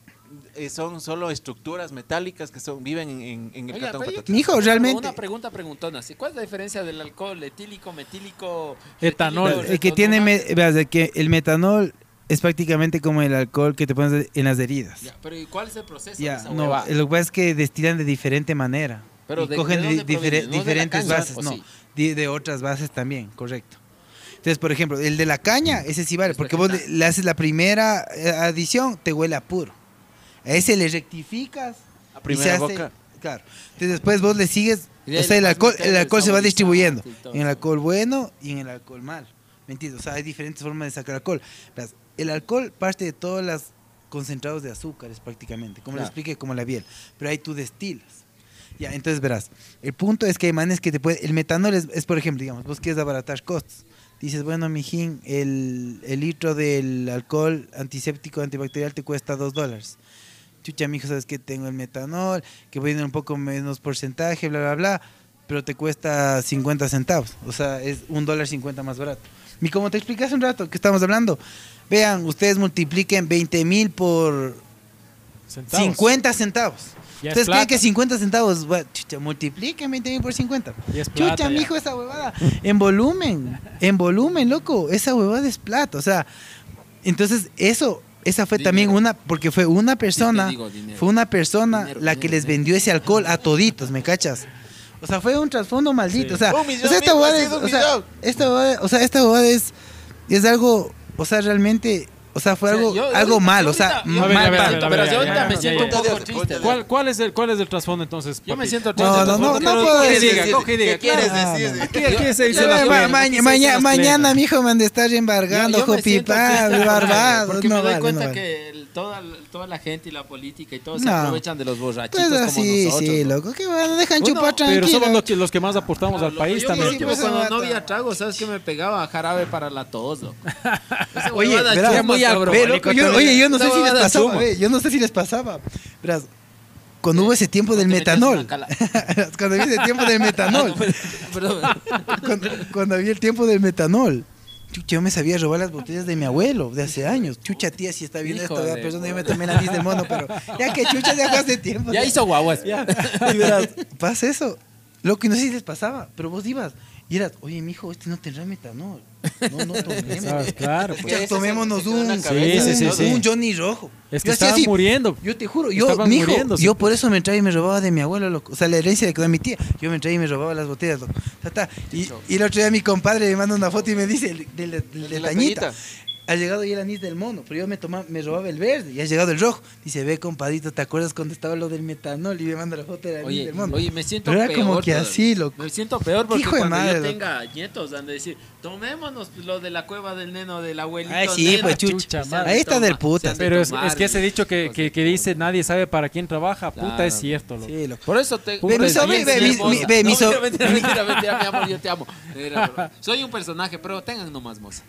eh, son solo estructuras metálicas que son viven en, en- en el
Oiga,
Catón
pero yo
Cototlán.
quiero
Mijo,
hacer
realmente-
Una pregunta preguntona. ¿sí? ¿Cuál es la diferencia del alcohol etílico, metílico,
Etanol.
etílico,
El que tiene, me-
retonol?
verás, el que el metanol es prácticamente como el alcohol que te pones en las heridas.
Ya, pero ¿y cuál es el proceso? de
Ya,
esa
no,
huevada?
lo que pasa es que destilan de diferente manera.
Pero
y
¿de-
cogen
de
di-
dónde
difere-
proviene? ¿No de la
diferentes
caña,
bases,
o
no,
sí?
di- de otras bases también, correcto. Entonces, por ejemplo, el de la caña, ese sí vale,
Es
porque vos le,
vegetal.
le haces la primera eh, adición, te huele a puro. A ese le rectificas.
A
y se
primera
hace-
boca.
Claro. Entonces después vos le sigues,
Y de
o
ahí
sea,
le
el
vas
alcohol, el
metiendo
alcohol se va
saborizante
distribuyendo
y todo
en el
eso.
alcohol bueno y en el alcohol mal. ¿Mentira? O sea, hay diferentes formas de sacar alcohol. Verás, El alcohol parte de todos los concentrados de azúcares prácticamente, como lo
Claro.
expliqué, como la biel. Pero ahí tú destilas. Ya, entonces verás, el punto es que hay manes que te pueden, el metanol es, es, por ejemplo, digamos, vos quieres abaratar costos. Dices, bueno, mijín, el, el litro del alcohol antiséptico antibacterial te cuesta dos dólares chucha, mijo, sabes que tengo el metanol, que voy a tener un poco menos porcentaje, bla, bla, bla, pero te cuesta 50 centavos. O sea, es un dólar 50 más barato. Y como te expliqué hace un rato que estamos hablando, vean, ustedes multipliquen 20 mil por
Centavos.
50 centavos.
Ya es
ustedes creen
plata.
que 50 centavos, gua- chucha, multipliquen 20 mil por 50.
Ya es plata,
Chucha,
ya.
mijo, esa huevada. En volumen, en volumen, loco. Esa huevada es plata. O sea, entonces eso, esa fue
Dinero.
también una, porque fue una persona,
digo, dinero.
fue una persona
Dinero,
la
dinero,
que les
dinero.
vendió ese alcohol a toditos, ¿me cachas? O sea, fue un trasfondo maldito.
Sí.
O sea,
Un millón,
o sea, esta
mijo,
huevada
ha
es,
sido un
o sea,
millón.
esta huevada- o sea, esta huevada es, es algo, o sea, realmente, o sea, fue
O sea,
algo,
yo
algo
ahorita-
mal,
yo
o sea,
ahorita- yo
A ver,
mal
a ver, a
para-
ver, a ver,
Pero yo
ya,
ahorita
ya,
me
ya,
siento un
ya.
poco
Ponte de-
triste.
ponte de-
¿Cuál, cuál, es el, ¿Cuál es el trasfondo entonces?
Yo me
papi?
siento triste.
No, no, no,
porque-
no
Pero
puedo
coge y
decir.
diga, coge y diga.
¿Qué quieres
Claro.
decir?
Aquí, aquí se dice
Ya,
las
ma-
plenas,
ma-
aquí se
maña-
dicen las
mañana
plenas.
mi hijo me han de estar
Yo-
embargando,
yo me siento
Jopipal,
triste,
barbados.
Porque
no
me doy
vale,
cuenta
no vale.
que el- toda, toda la gente y la política y todo se
No.
aprovechan de los borrachitos
Pues
como
así,
nosotros.
sí,
¿no?
loco, que bueno, dejan
Uno,
chupar
Pero
tranquilo.
somos los que, los que más aportamos al
Loco,
país
yo
también.
por
Sí,
último,
pues,
cuando
mata.
no había trago, ¿sabes qué me pegaba? Jarabe para la tos, loco. Esa
Oye,
huevada
verás,
chuma,
muy
cabrón.
ve, loco, yo- oye, yo no
Esa
sé si les
huevada eh.
pasaba,
chuma.
ve, yo no sé si les pasaba. Verás, cuando
Eh,
hubo ese tiempo del
Te metías una
metanol, *laughs*
cala- Ah, pues.
cuando vi ese tiempo
*laughs*
del metanol,
Perdón.
cuando, cuando había el tiempo del metanol. Chucha, yo me sabía robar las botellas de mi abuelo de hace años. Chucha, tía, si está viendo
Hijo
esto,
de
perdón, yo me
puta.
tomé la nariz del mono,
*laughs*
pero ya que chucha ya fue hace tiempo.
Ya *laughs*
ya.
hizo guaguas.
Y verás, pasa eso. Loco, y no sé si les pasaba, pero vos ibas Y eras, oye, mijo, este no tendrá metanol. No, no
*laughs*
tomemos.
¿Sabes? Claro,
Pucha,
pues.
ese se-
tomémonos
se quedó en la
un,
cabeza
Sí, sí,
un-
sí, sí.
un Johnny Rojo.
Es que
Yo hacía
estaban
así,
muriendo.
Yo te juro, yo,
Estaban
mijo,
muriéndose.
yo por eso me entraba y me robaba de mi abuelo, loco. O sea, la herencia que quedó de mi tía. Yo me entraba y me robaba las botellas, loco. Ta, ta. Y, y el otro día mi compadre me manda una foto y me dice, el- de, la-
de
de la
la
tañita.
tañita.
Ha llegado ya el anís del mono, pero yo me tomaba, me robaba el verde y ha llegado el rojo. Dice, ve, compadrito, ¿te acuerdas cuando estaba lo del metanol? Y me manda la foto del anís
Oye,
del mono.
oye, me siento
Pero era
peor.
como que
todavía.
así, loco.
Me siento peor porque
Hijo de
cuando
madre,
yo
loco.
tenga nietos han de decir, tomémonos pues, lo de la cueva del neno del abuelito.
Ay, sí,
neno".
pues, chucha. Ahí está del putas.
se han de
Pero es,
tomar,
es que ese
y-
dicho que, que, que dice nadie sabe para quién trabaja,
Claro.
puta, es cierto, loco. *laughs*
Sí, loco.
Por eso te.
Ve, mi
puta, bien,
sobrino, ve,
sí,
mi-
hermosa.
mi- ve, mi
No,
so-
mentira,
*laughs*
mentira, mentira, mentira, mi amor, yo te amo. Era broma. Soy un personaje, pero tengan nomás moza.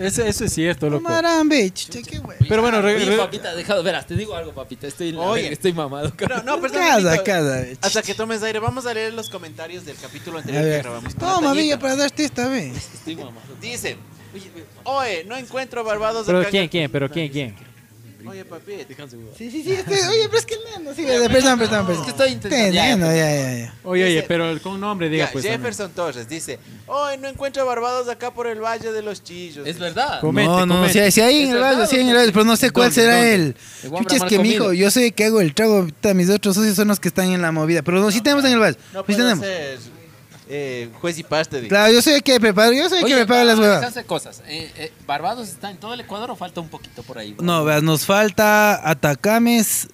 Eso, eso es cierto, loco.
Marambe, chucha, qué bueno.
Pero bueno, re-
Oye,
re-
papita, dejado, verás, te digo algo, papita, estoy, la
Oye.
verga, estoy mamado. cabrón.
No, no, perdón.
Cada,
Benito.
cada. chucha.
Hasta que tomes aire, vamos a leer los comentarios del capítulo
A
anterior
ver.
que grabamos. con la
Toma,
Tañita.
Villa, para darte esta vez.
Estoy mamado.
Dice, oye, no encuentro barbados del
Pero
Canga-
quién, quién, pero quién, quién.
Oye, papi,
Sí, sí, sí, este- oye, pero es que el nano, sí, perdón, perdón, perdón.
Es que estoy intentando-
Este
ya,
nano, ya, ya, ya.
Oye, oye,
Dice-
pero el- con nombre diga
Ya,
pues. también.
Jefferson Torres dice, hoy no encuentro barbados acá por el Valle de los Chillos.
Es verdad.
Comente,
no, no,
comente.
si hay, si hay en
Es
el
verdad,
valle, si hay en el
¿dónde?
valle, pero no sé cuál
¿Dónde?
será
¿Dónde?
el.
El Juan
Chucha, es
Ramón
que mi hijo,
Comido.
yo sé que hago el trago, puta, mis otros socios son los que están en la movida, pero no, sí tenemos en el valle,
No
sí
puede
Pues tenemos.
ser eh, juez y parte. Dice.
Claro, yo soy el que preparo, yo soy el que
Oye,
preparo las
ah,
huevas.
déjense cosas. Eh, eh, ¿Barbados está en todo el Ecuador o falta un poquito por ahí? bro?
No, veas, nos falta Atacames,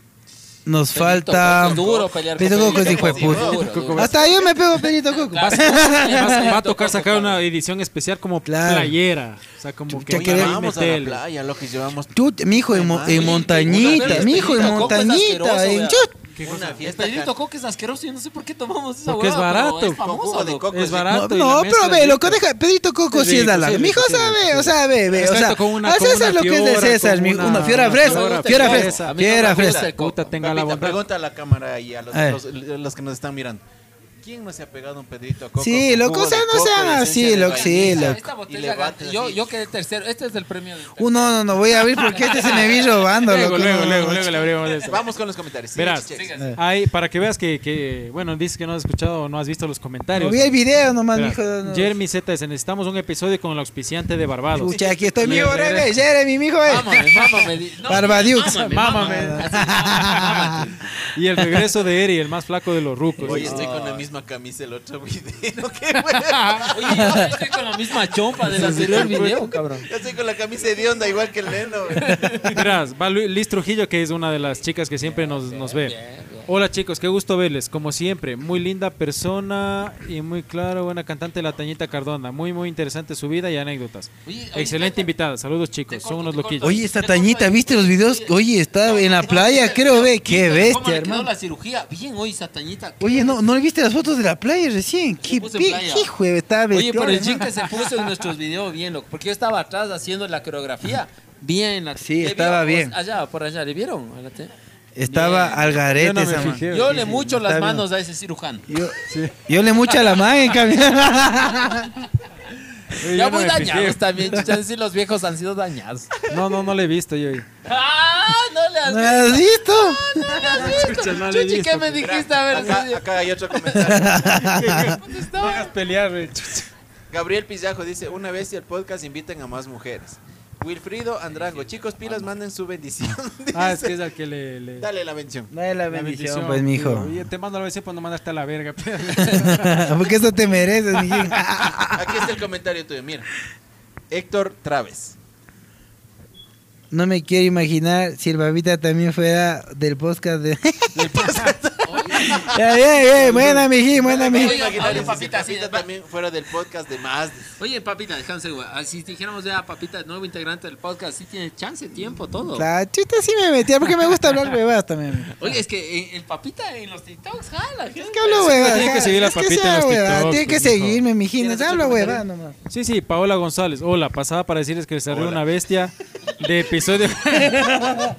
nos
Pelito,
falta...
Es duro pelear
Pelito
con
Coco es hijo de
Pelito Coco,
puta.
duro, duro.
Hasta yo me pego pelito coco.
Claro. *laughs*
Va, va a tocar sacar una edición especial como
Claro.
playera. O sea, como
Chucha,
que
Oye,
que-
ahí
vamos a la
metele.
playa, lo que llevamos.
Chucha, mi hijo en, mo- en
Sí,
montañita,
Una
mi hijo
Pelito Coco
en
es asqueroso,
montañita, en
vea.
chucha.
Una
El
fiesta.
pelito
acá.
coco es asqueroso, yo no sé por qué tomamos esa
Porque es
huevada, pero
barato.
Es famoso,
Con jugo de
loco.
coco.
Es
sí.
barato. y la
No,
mezcla
pero
es
ve,
rica.
loco, deja, Pedrito Coco
Es
sí es
rico,
la
sí es
Mi
rico,
hijo
sí es
sabe,
rico,
o
sí.
sea, ve, ve, o
Exacto,
sea,
con una-
a
con una
César lo que es de
fiora,
César,
con
mi hijo,
una-
una fiora
una
fresa,
fiora fresa.
fiora fresa,
A mí no me
fiora
gusta
fresa.
el coco.
Puta, tenga la
Papita,
bondad.
pregunta a la cámara y a los,
A ver.
los- los que nos están mirando. ¿Quién no se ha pegado un pedrito a coco?
Sí,
con
loco,
jugo
o sea,
de
no
coco
sean
y esencia
así,
de
loco,
vainilla?
sí,
Esta-
loco.
Esta
Y
botella gana.
levantas
Yo,
así.
yo quedé tercero. Este es el premio. del-
Uh, no, no, no, voy a abrir porque este se me vi robando,
Luego,
loco.
luego,
no,
luego,
no,
luego le abrimos eso.
Vamos con los comentarios. Sí,
Verás.
sí, sí.
Síganse.
Ahí, para que veas que, que, bueno, dices que no has escuchado o no has visto los
no,
comentarios.
Vi el video nomás, mi
Verás,
hijo. no.
Jeremy Z, necesitamos un episodio con el auspiciante de Barbados.
Chucha, aquí estoy, mi hijo,
Le- le-
breve, Jeremy, mi hijo, eh. *laughs*
Mámame, mámame. di- no,
Barbadiux.
Mámame.
Mámame.
Así, mámame.
*laughs* Y el regreso de Eri, el más flaco de los rucos.
Pues,
Hoy estoy con la misma camisa el otro *laughs* video. ¡Qué
*laughs*
bueno!
Oye, yo estoy con la misma chompa del anterior video, cabrón.
Yo estoy con la camisa de onda igual que el neno.
Verás, va Lu- Liz Trujillo, que es una de las chicas que siempre nos, nos ve. Hola chicos, qué gusto verles, como siempre, muy linda persona y muy claro, buena cantante la Tañita Cardona, muy muy interesante su vida y anécdotas.
Oye, oye,
Excelente
calla.
invitada, saludos
Te
chicos,
corto,
son unos
te corto.
loquillos.
Oye, esta tañita, ¿viste los videos? Oye, está en la playa, creo, ve, qué
¿Cómo
bestia,
le quedó
hermano.
la cirugía? Bien hoy, Satañita.
Oye, no, ¿no le viste las fotos de la playa recién? Qué
puso en
pi-
playa.
hijo, de- está
Oye,
bestia,
pero el
hermano.
jean que se puso en nuestros videos, bien loco. Porque yo estaba atrás haciendo la coreografía. Bien. la-
Sí,
¿Le
estaba
vieron?
bien.
Pues, Allá, por allá, ¿le vieron? A la te-
Estaba
Bien.
al garete
Yo no me
esa man.
fijé.
Yo
sí,
le
sí,
mucho las
está bien.
manos a ese cirujano.
Yo, yo le mucho a la man en cambio.
Oye,
Ya
yo no
muy
me fijé.
dañados también. Ya sí, los viejos han sido dañados.
No, no, no le he visto yo.
*laughs* ¡Ah! No le has
¿No has visto?
Chucha, no le he
Chuchi, ¿qué
visto,
me
pues.
dijiste? A ver, sí,
Acá, acá hay otro comentario.
¿dónde
No
estaba?
hagas
*laughs*
pelear, güey, chucha.
Gabriel Pillajo dice, una vez y el podcast inviten a más mujeres. Wilfrido Andrango, chicos pilas, manden su bendición. *laughs*
Ah, es que es al que le... le-
Dale la mención.
No es la bendición, pues,
tío.
mijo.
Oye, te mando la vez cuando mandaste a la verga.
*laughs* Porque eso te mereces, mijo.
Aquí está el comentario tuyo, mira. Héctor Traves.
No me quiero imaginar si el babita también fuera del podcast de... *laughs* ya, ya, ya, buena, mijín, buena,
Me
Oye,
quiero
mijín.
imaginar
oye,
si
papita,
papita
sí,
también fuera del podcast de más.
Oye, papita, déjame ser, güey. Ah, Si dijéramos ya, papita, nuevo integrante del podcast, sí tiene chance, tiempo, todo.
La chuta sí me metía porque me gusta hablar huevadas también.
Oye, es que eh, el papita en los TikToks jala.
Es que
*laughs*
hablo huevadas.
tiene que
ajá.
seguir la
Es que
papita
sea
en los
huevada,
TikToks,
Tiene que
pues, mijo.
seguirme, mijín.
¿Tienes otro
Hablo
comentario?
huevada nomás.
Sí, sí, Paola González. Hola, pasada para decirles que les salió una bestia
*laughs*
de episodio.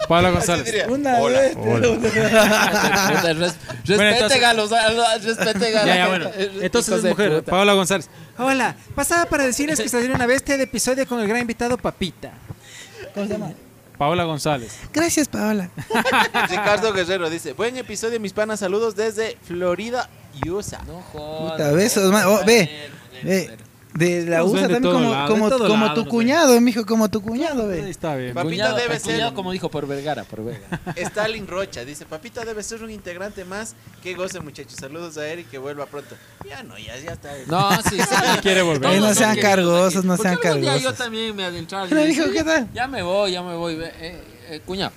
Paola González.
Una vez. *laughs*
Bueno, entonces-
Respete a los, a los- respete a
Ya,
la
ya, bueno.
*laughs*
gente. Eh, *laughs*
Entonces
hijos
es
de
mujer,
puta.
Paola González. Hola, pasada para decirles que salió una bestia de episodio con el gran invitado Papita.
¿Cómo se llama?
Paola González.
Gracias, Paola.
Ricardo Guerrero dice, buen episodio, mis panas, saludos desde Florida, USA.
No
Puta,
jodas.
besos, ma- oh, ve. Eh, de la
Nos ven
USA
de
también
todo
como,
lado,
como,
de todo
como
lado
tu
nos
cuñado, mijo, como tu cuñado,
Ahí
ve. *laughs*
está bien.
Papita
Cuñado-
debe
el
ser-
cuñado, como dijo, por Vergara, por Vergara.
Stalin Rocha dice, papita debe ser un integrante más. Que goce muchachos. Saludos a él y que vuelva pronto. Ya no, ya, ya está. Este
No, sí, sí.
*laughs* quiere volver.
Todos
Que no
son
sean
queridos
cargosos,
aquí.
no
Porque
sean
algún día Yo
cargosos.
también me adentraba.
Le dijo, ¿qué tal?
Ya me voy, ya me voy. ve, Eh, eh, cuñado.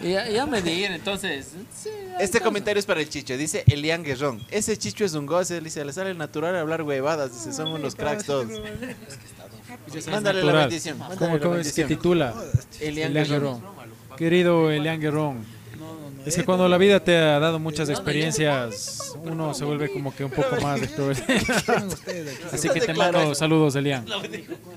Y Ya, ya me di, entonces. sí, ahí
Este
está.
comentario es para el Chicho, dice Elian Guerrón. Ese Chicho es un goce, dice, le sale natural hablar huevadas, dice, son unos cracks todos. Ah, pues, Mándale la
natural.
bendición.
¿Cómo,
Mándale la
cómo es que
bendición.
titula?
Elian
Elian
Guerrón.
Guerrón. Querido Elian Guerrón. Es que cuando la vida te ha dado muchas experiencias, uno se vuelve como que un poco
*laughs*
más extrovertido. Así que te mando saludos, Elian.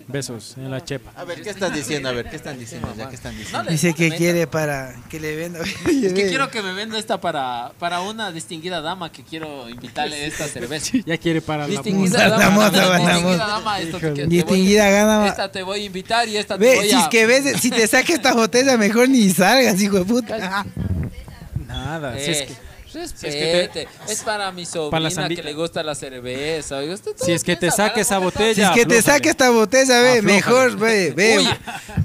Besos en la chepa.
A ver, ¿qué están diciendo? A ver, ¿qué están diciendo? Ya, ¿qué están diciendo?
No le-
Dice
no
que
le-
quiere para que le venda. *laughs*
Es que quiero que me venda esta para, para una distinguida dama que quiero invitarle esta cerveza.
Ya quiere para la
Distinguida
moza.
dama,
La moza,
dama,
la
distinguida
moza.
dama, esto te,
Híjole.
que- te
Distinguida
voy,
gana.
Esta te voy a invitar y esta te
Ve,
voy
si
a...
es que ves, si te saca esta botella, mejor ni salgas, hijo de puta. Ah,
Nada. Si es
Eh.
que,
eh, respete.
es
Es,
que
para mi
Para la
sobrina
sandita.
que le gusta la cerveza. oiga, usted todo
si es que te
piensa,
saca
¿verdad?
esa
Porque
botella.
Si es que te
aflójale.
saca esta botella, ve,
Ah, Aflójale.
mejor, ve, ve.
Oye.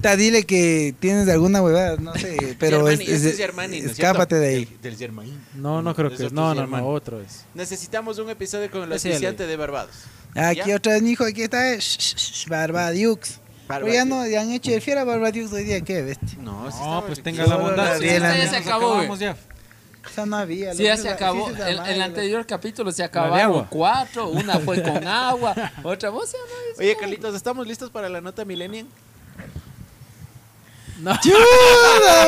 Ta, dile que tienes alguna huevada, no *laughs* sé, pero
Germani,
es-
este
es-
es Germani, ¿no es
escápate
cierto?
de ahí.
Del, del Germani.
No, no creo que es. No, no, no, otro es.
Necesitamos un episodio con el
Ese ya
oficiante de Barbados.
Aquí
¿Ya?
otra vez, mijo, aquí está, eh, sh- sh- sh- Barbadiux. Pero ya no, ya han hecho de fiera Barbadiux hoy día, qué
No,
bestia.
sí
No,
estaba
pues
riquísimo.
tenga la
Solo
bondad.
la biela,
Esta ya se
Nos
acabó,
*laughs*
acabamos ya.
Esa no había.
Sí,
loco,
ya
esa-
se
sí,
acabó.
esa
El,
madre,
el
loco. *laughs*
anterior capítulo se
de
acabaron
agua.
cuatro. Una fue
*laughs*
con agua, otra voz.
*laughs*
Oye, Carlitos, ¿estamos listos para la nota Millennium?
¡Chuda,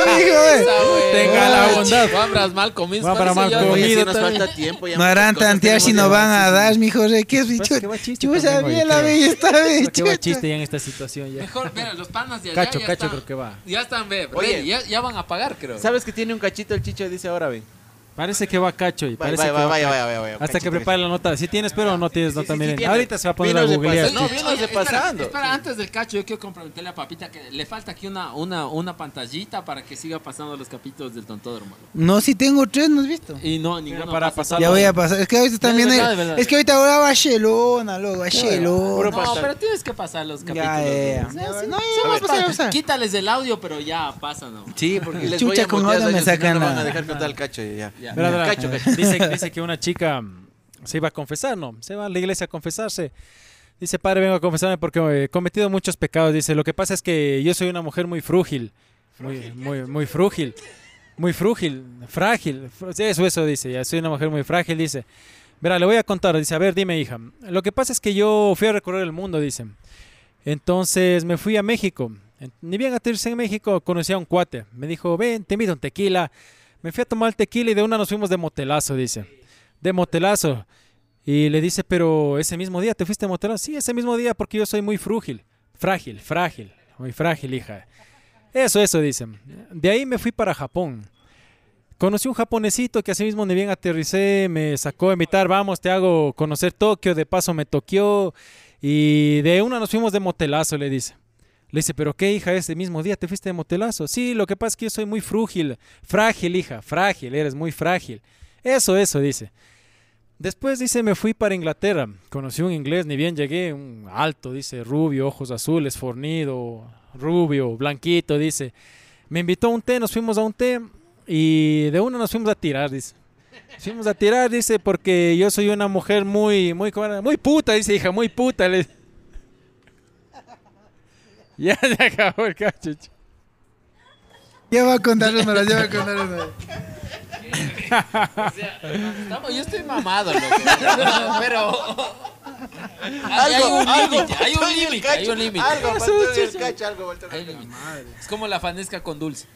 mijo, eh. ve!
Tenga la bondad.
Vamos mal comido.
Va para
parece
mal
yo-
comido.
Oye, sí nos
también.
falta tiempo. ya
No harán
muchas cosas
tantear si
tenemos
no
que
van a
avanzar.
dar, mijo, re, qué
Pasa que va Pues, chiste
Chucha,
también,
bien la
güey,
ve, está ve,
Qué buen
chucha.
chiste ya en esta situación ya.
Mejor, mira, los panas de allá.
Cacho,
ya
cacho
están-
creo que va.
Ya están, ve.
Oye.
ready, ya, ya van a pagar, creo.
¿Sabes que tiene un cachito el Chicho? Dice ahora, ve.
Parece que va cacho y
Vaya,
parece
vaya,
que va
vaya,
cacho.
vaya, vaya, vaya,
Hasta que
cachito,
prepare la nota. Si tienes pero o no tienes
Sí, sí,
nota,
sí,
miren.
tiene.
Ahorita se va a poner
Vinos
a
de
googlear.
paseo. No,
sí.
bien nos de
espera,
pasando.
espera, antes del cacho, yo quiero comprometerle a Papita que le falta aquí una, una, una pantallita para que siga pasando los capítulos del tontódromo.
No, si tengo tres, ¿no has visto?
Y no, ninguno
para
pasa.
pasar-
Ya voy a pasar. Es que
Ya,
ahorita
de
también.
verdad,
hay-
de verdad.
Es que ahorita ahora Barcelona, loco, Barcelona.
No, pero tienes que pasar los
Ya,
capítulos.
ya, ya.
O sea,
Ya,
sí,
no, ya
sí,
vamos
pa-
a pasar, vamos a pasar.
Quítales el audio, pero ya pasa, ¿no?
Sí, porque les voy
Chucha,
a
con
mutear
Jota
a
me
ellos, si no,
sacan
no van
la-
a dejar contar el cacho ya.
Ya.
Verá, verá.
Cacho, cacho.
Dice, dice que una chica mm, se iba a confesar, ¿no? Se va a la iglesia a confesarse. Dice, padre, vengo a confesarme porque eh, he cometido muchos pecados. Dice, lo que pasa es que yo soy una mujer muy frúgil. Muy, muy, muy frúgil. Muy frúgil, frágil. fr- sí, Eso, eso dice. Ya soy una mujer muy frágil, dice. Verá, le voy a contar. Dice, a ver, dime, hija. Lo que pasa es que yo fui a recorrer el mundo, dice. Entonces me fui a México. En- Ni bien a en México conocí a un cuate. Me dijo, ven, te invito a un tequila. Me fui a tomar el tequila y de una nos fuimos de motelazo, dice. De motelazo. Y le dice, pero ese mismo día te fuiste de motelazo. Sí, ese mismo día porque yo soy muy frúgil. Frágil, frágil. Muy frágil, hija. Eso, eso, dice. De ahí me fui para Japón. Conocí un japonesito que así mismo ni bien aterricé, me sacó a invitar, vamos, te hago conocer Tokio, de paso me toqueó. Y de una nos fuimos de motelazo, le dice. Le dice, pero qué hija, ese mismo día te fuiste de motelazo. Sí, lo que pasa es que yo soy muy frúgil, frágil, hija, frágil, eres muy frágil. Eso, eso, dice. Después dice, me fui para Inglaterra. Conocí un inglés, ni bien llegué, un alto, dice, rubio, ojos azules, fornido, rubio, blanquito, dice. Me invitó a un té, nos fuimos a un té y de una nos fuimos a tirar, dice. Nos Fuimos a tirar, dice, porque yo soy una mujer muy, muy, ¿cómo era? muy puta, dice, *laughs* hija, muy puta. le- Ya se acabó el cachucho.
Ya va a contar los números, ya va a contar los números.
No, yo estoy mamado, loco. *laughs* Pero. Hay, hay un límite, hay un límite, hay un límite.
Algo faltó en el cacho, algo faltó en
Hay
el
un límite. Es como la fanesca con dulce.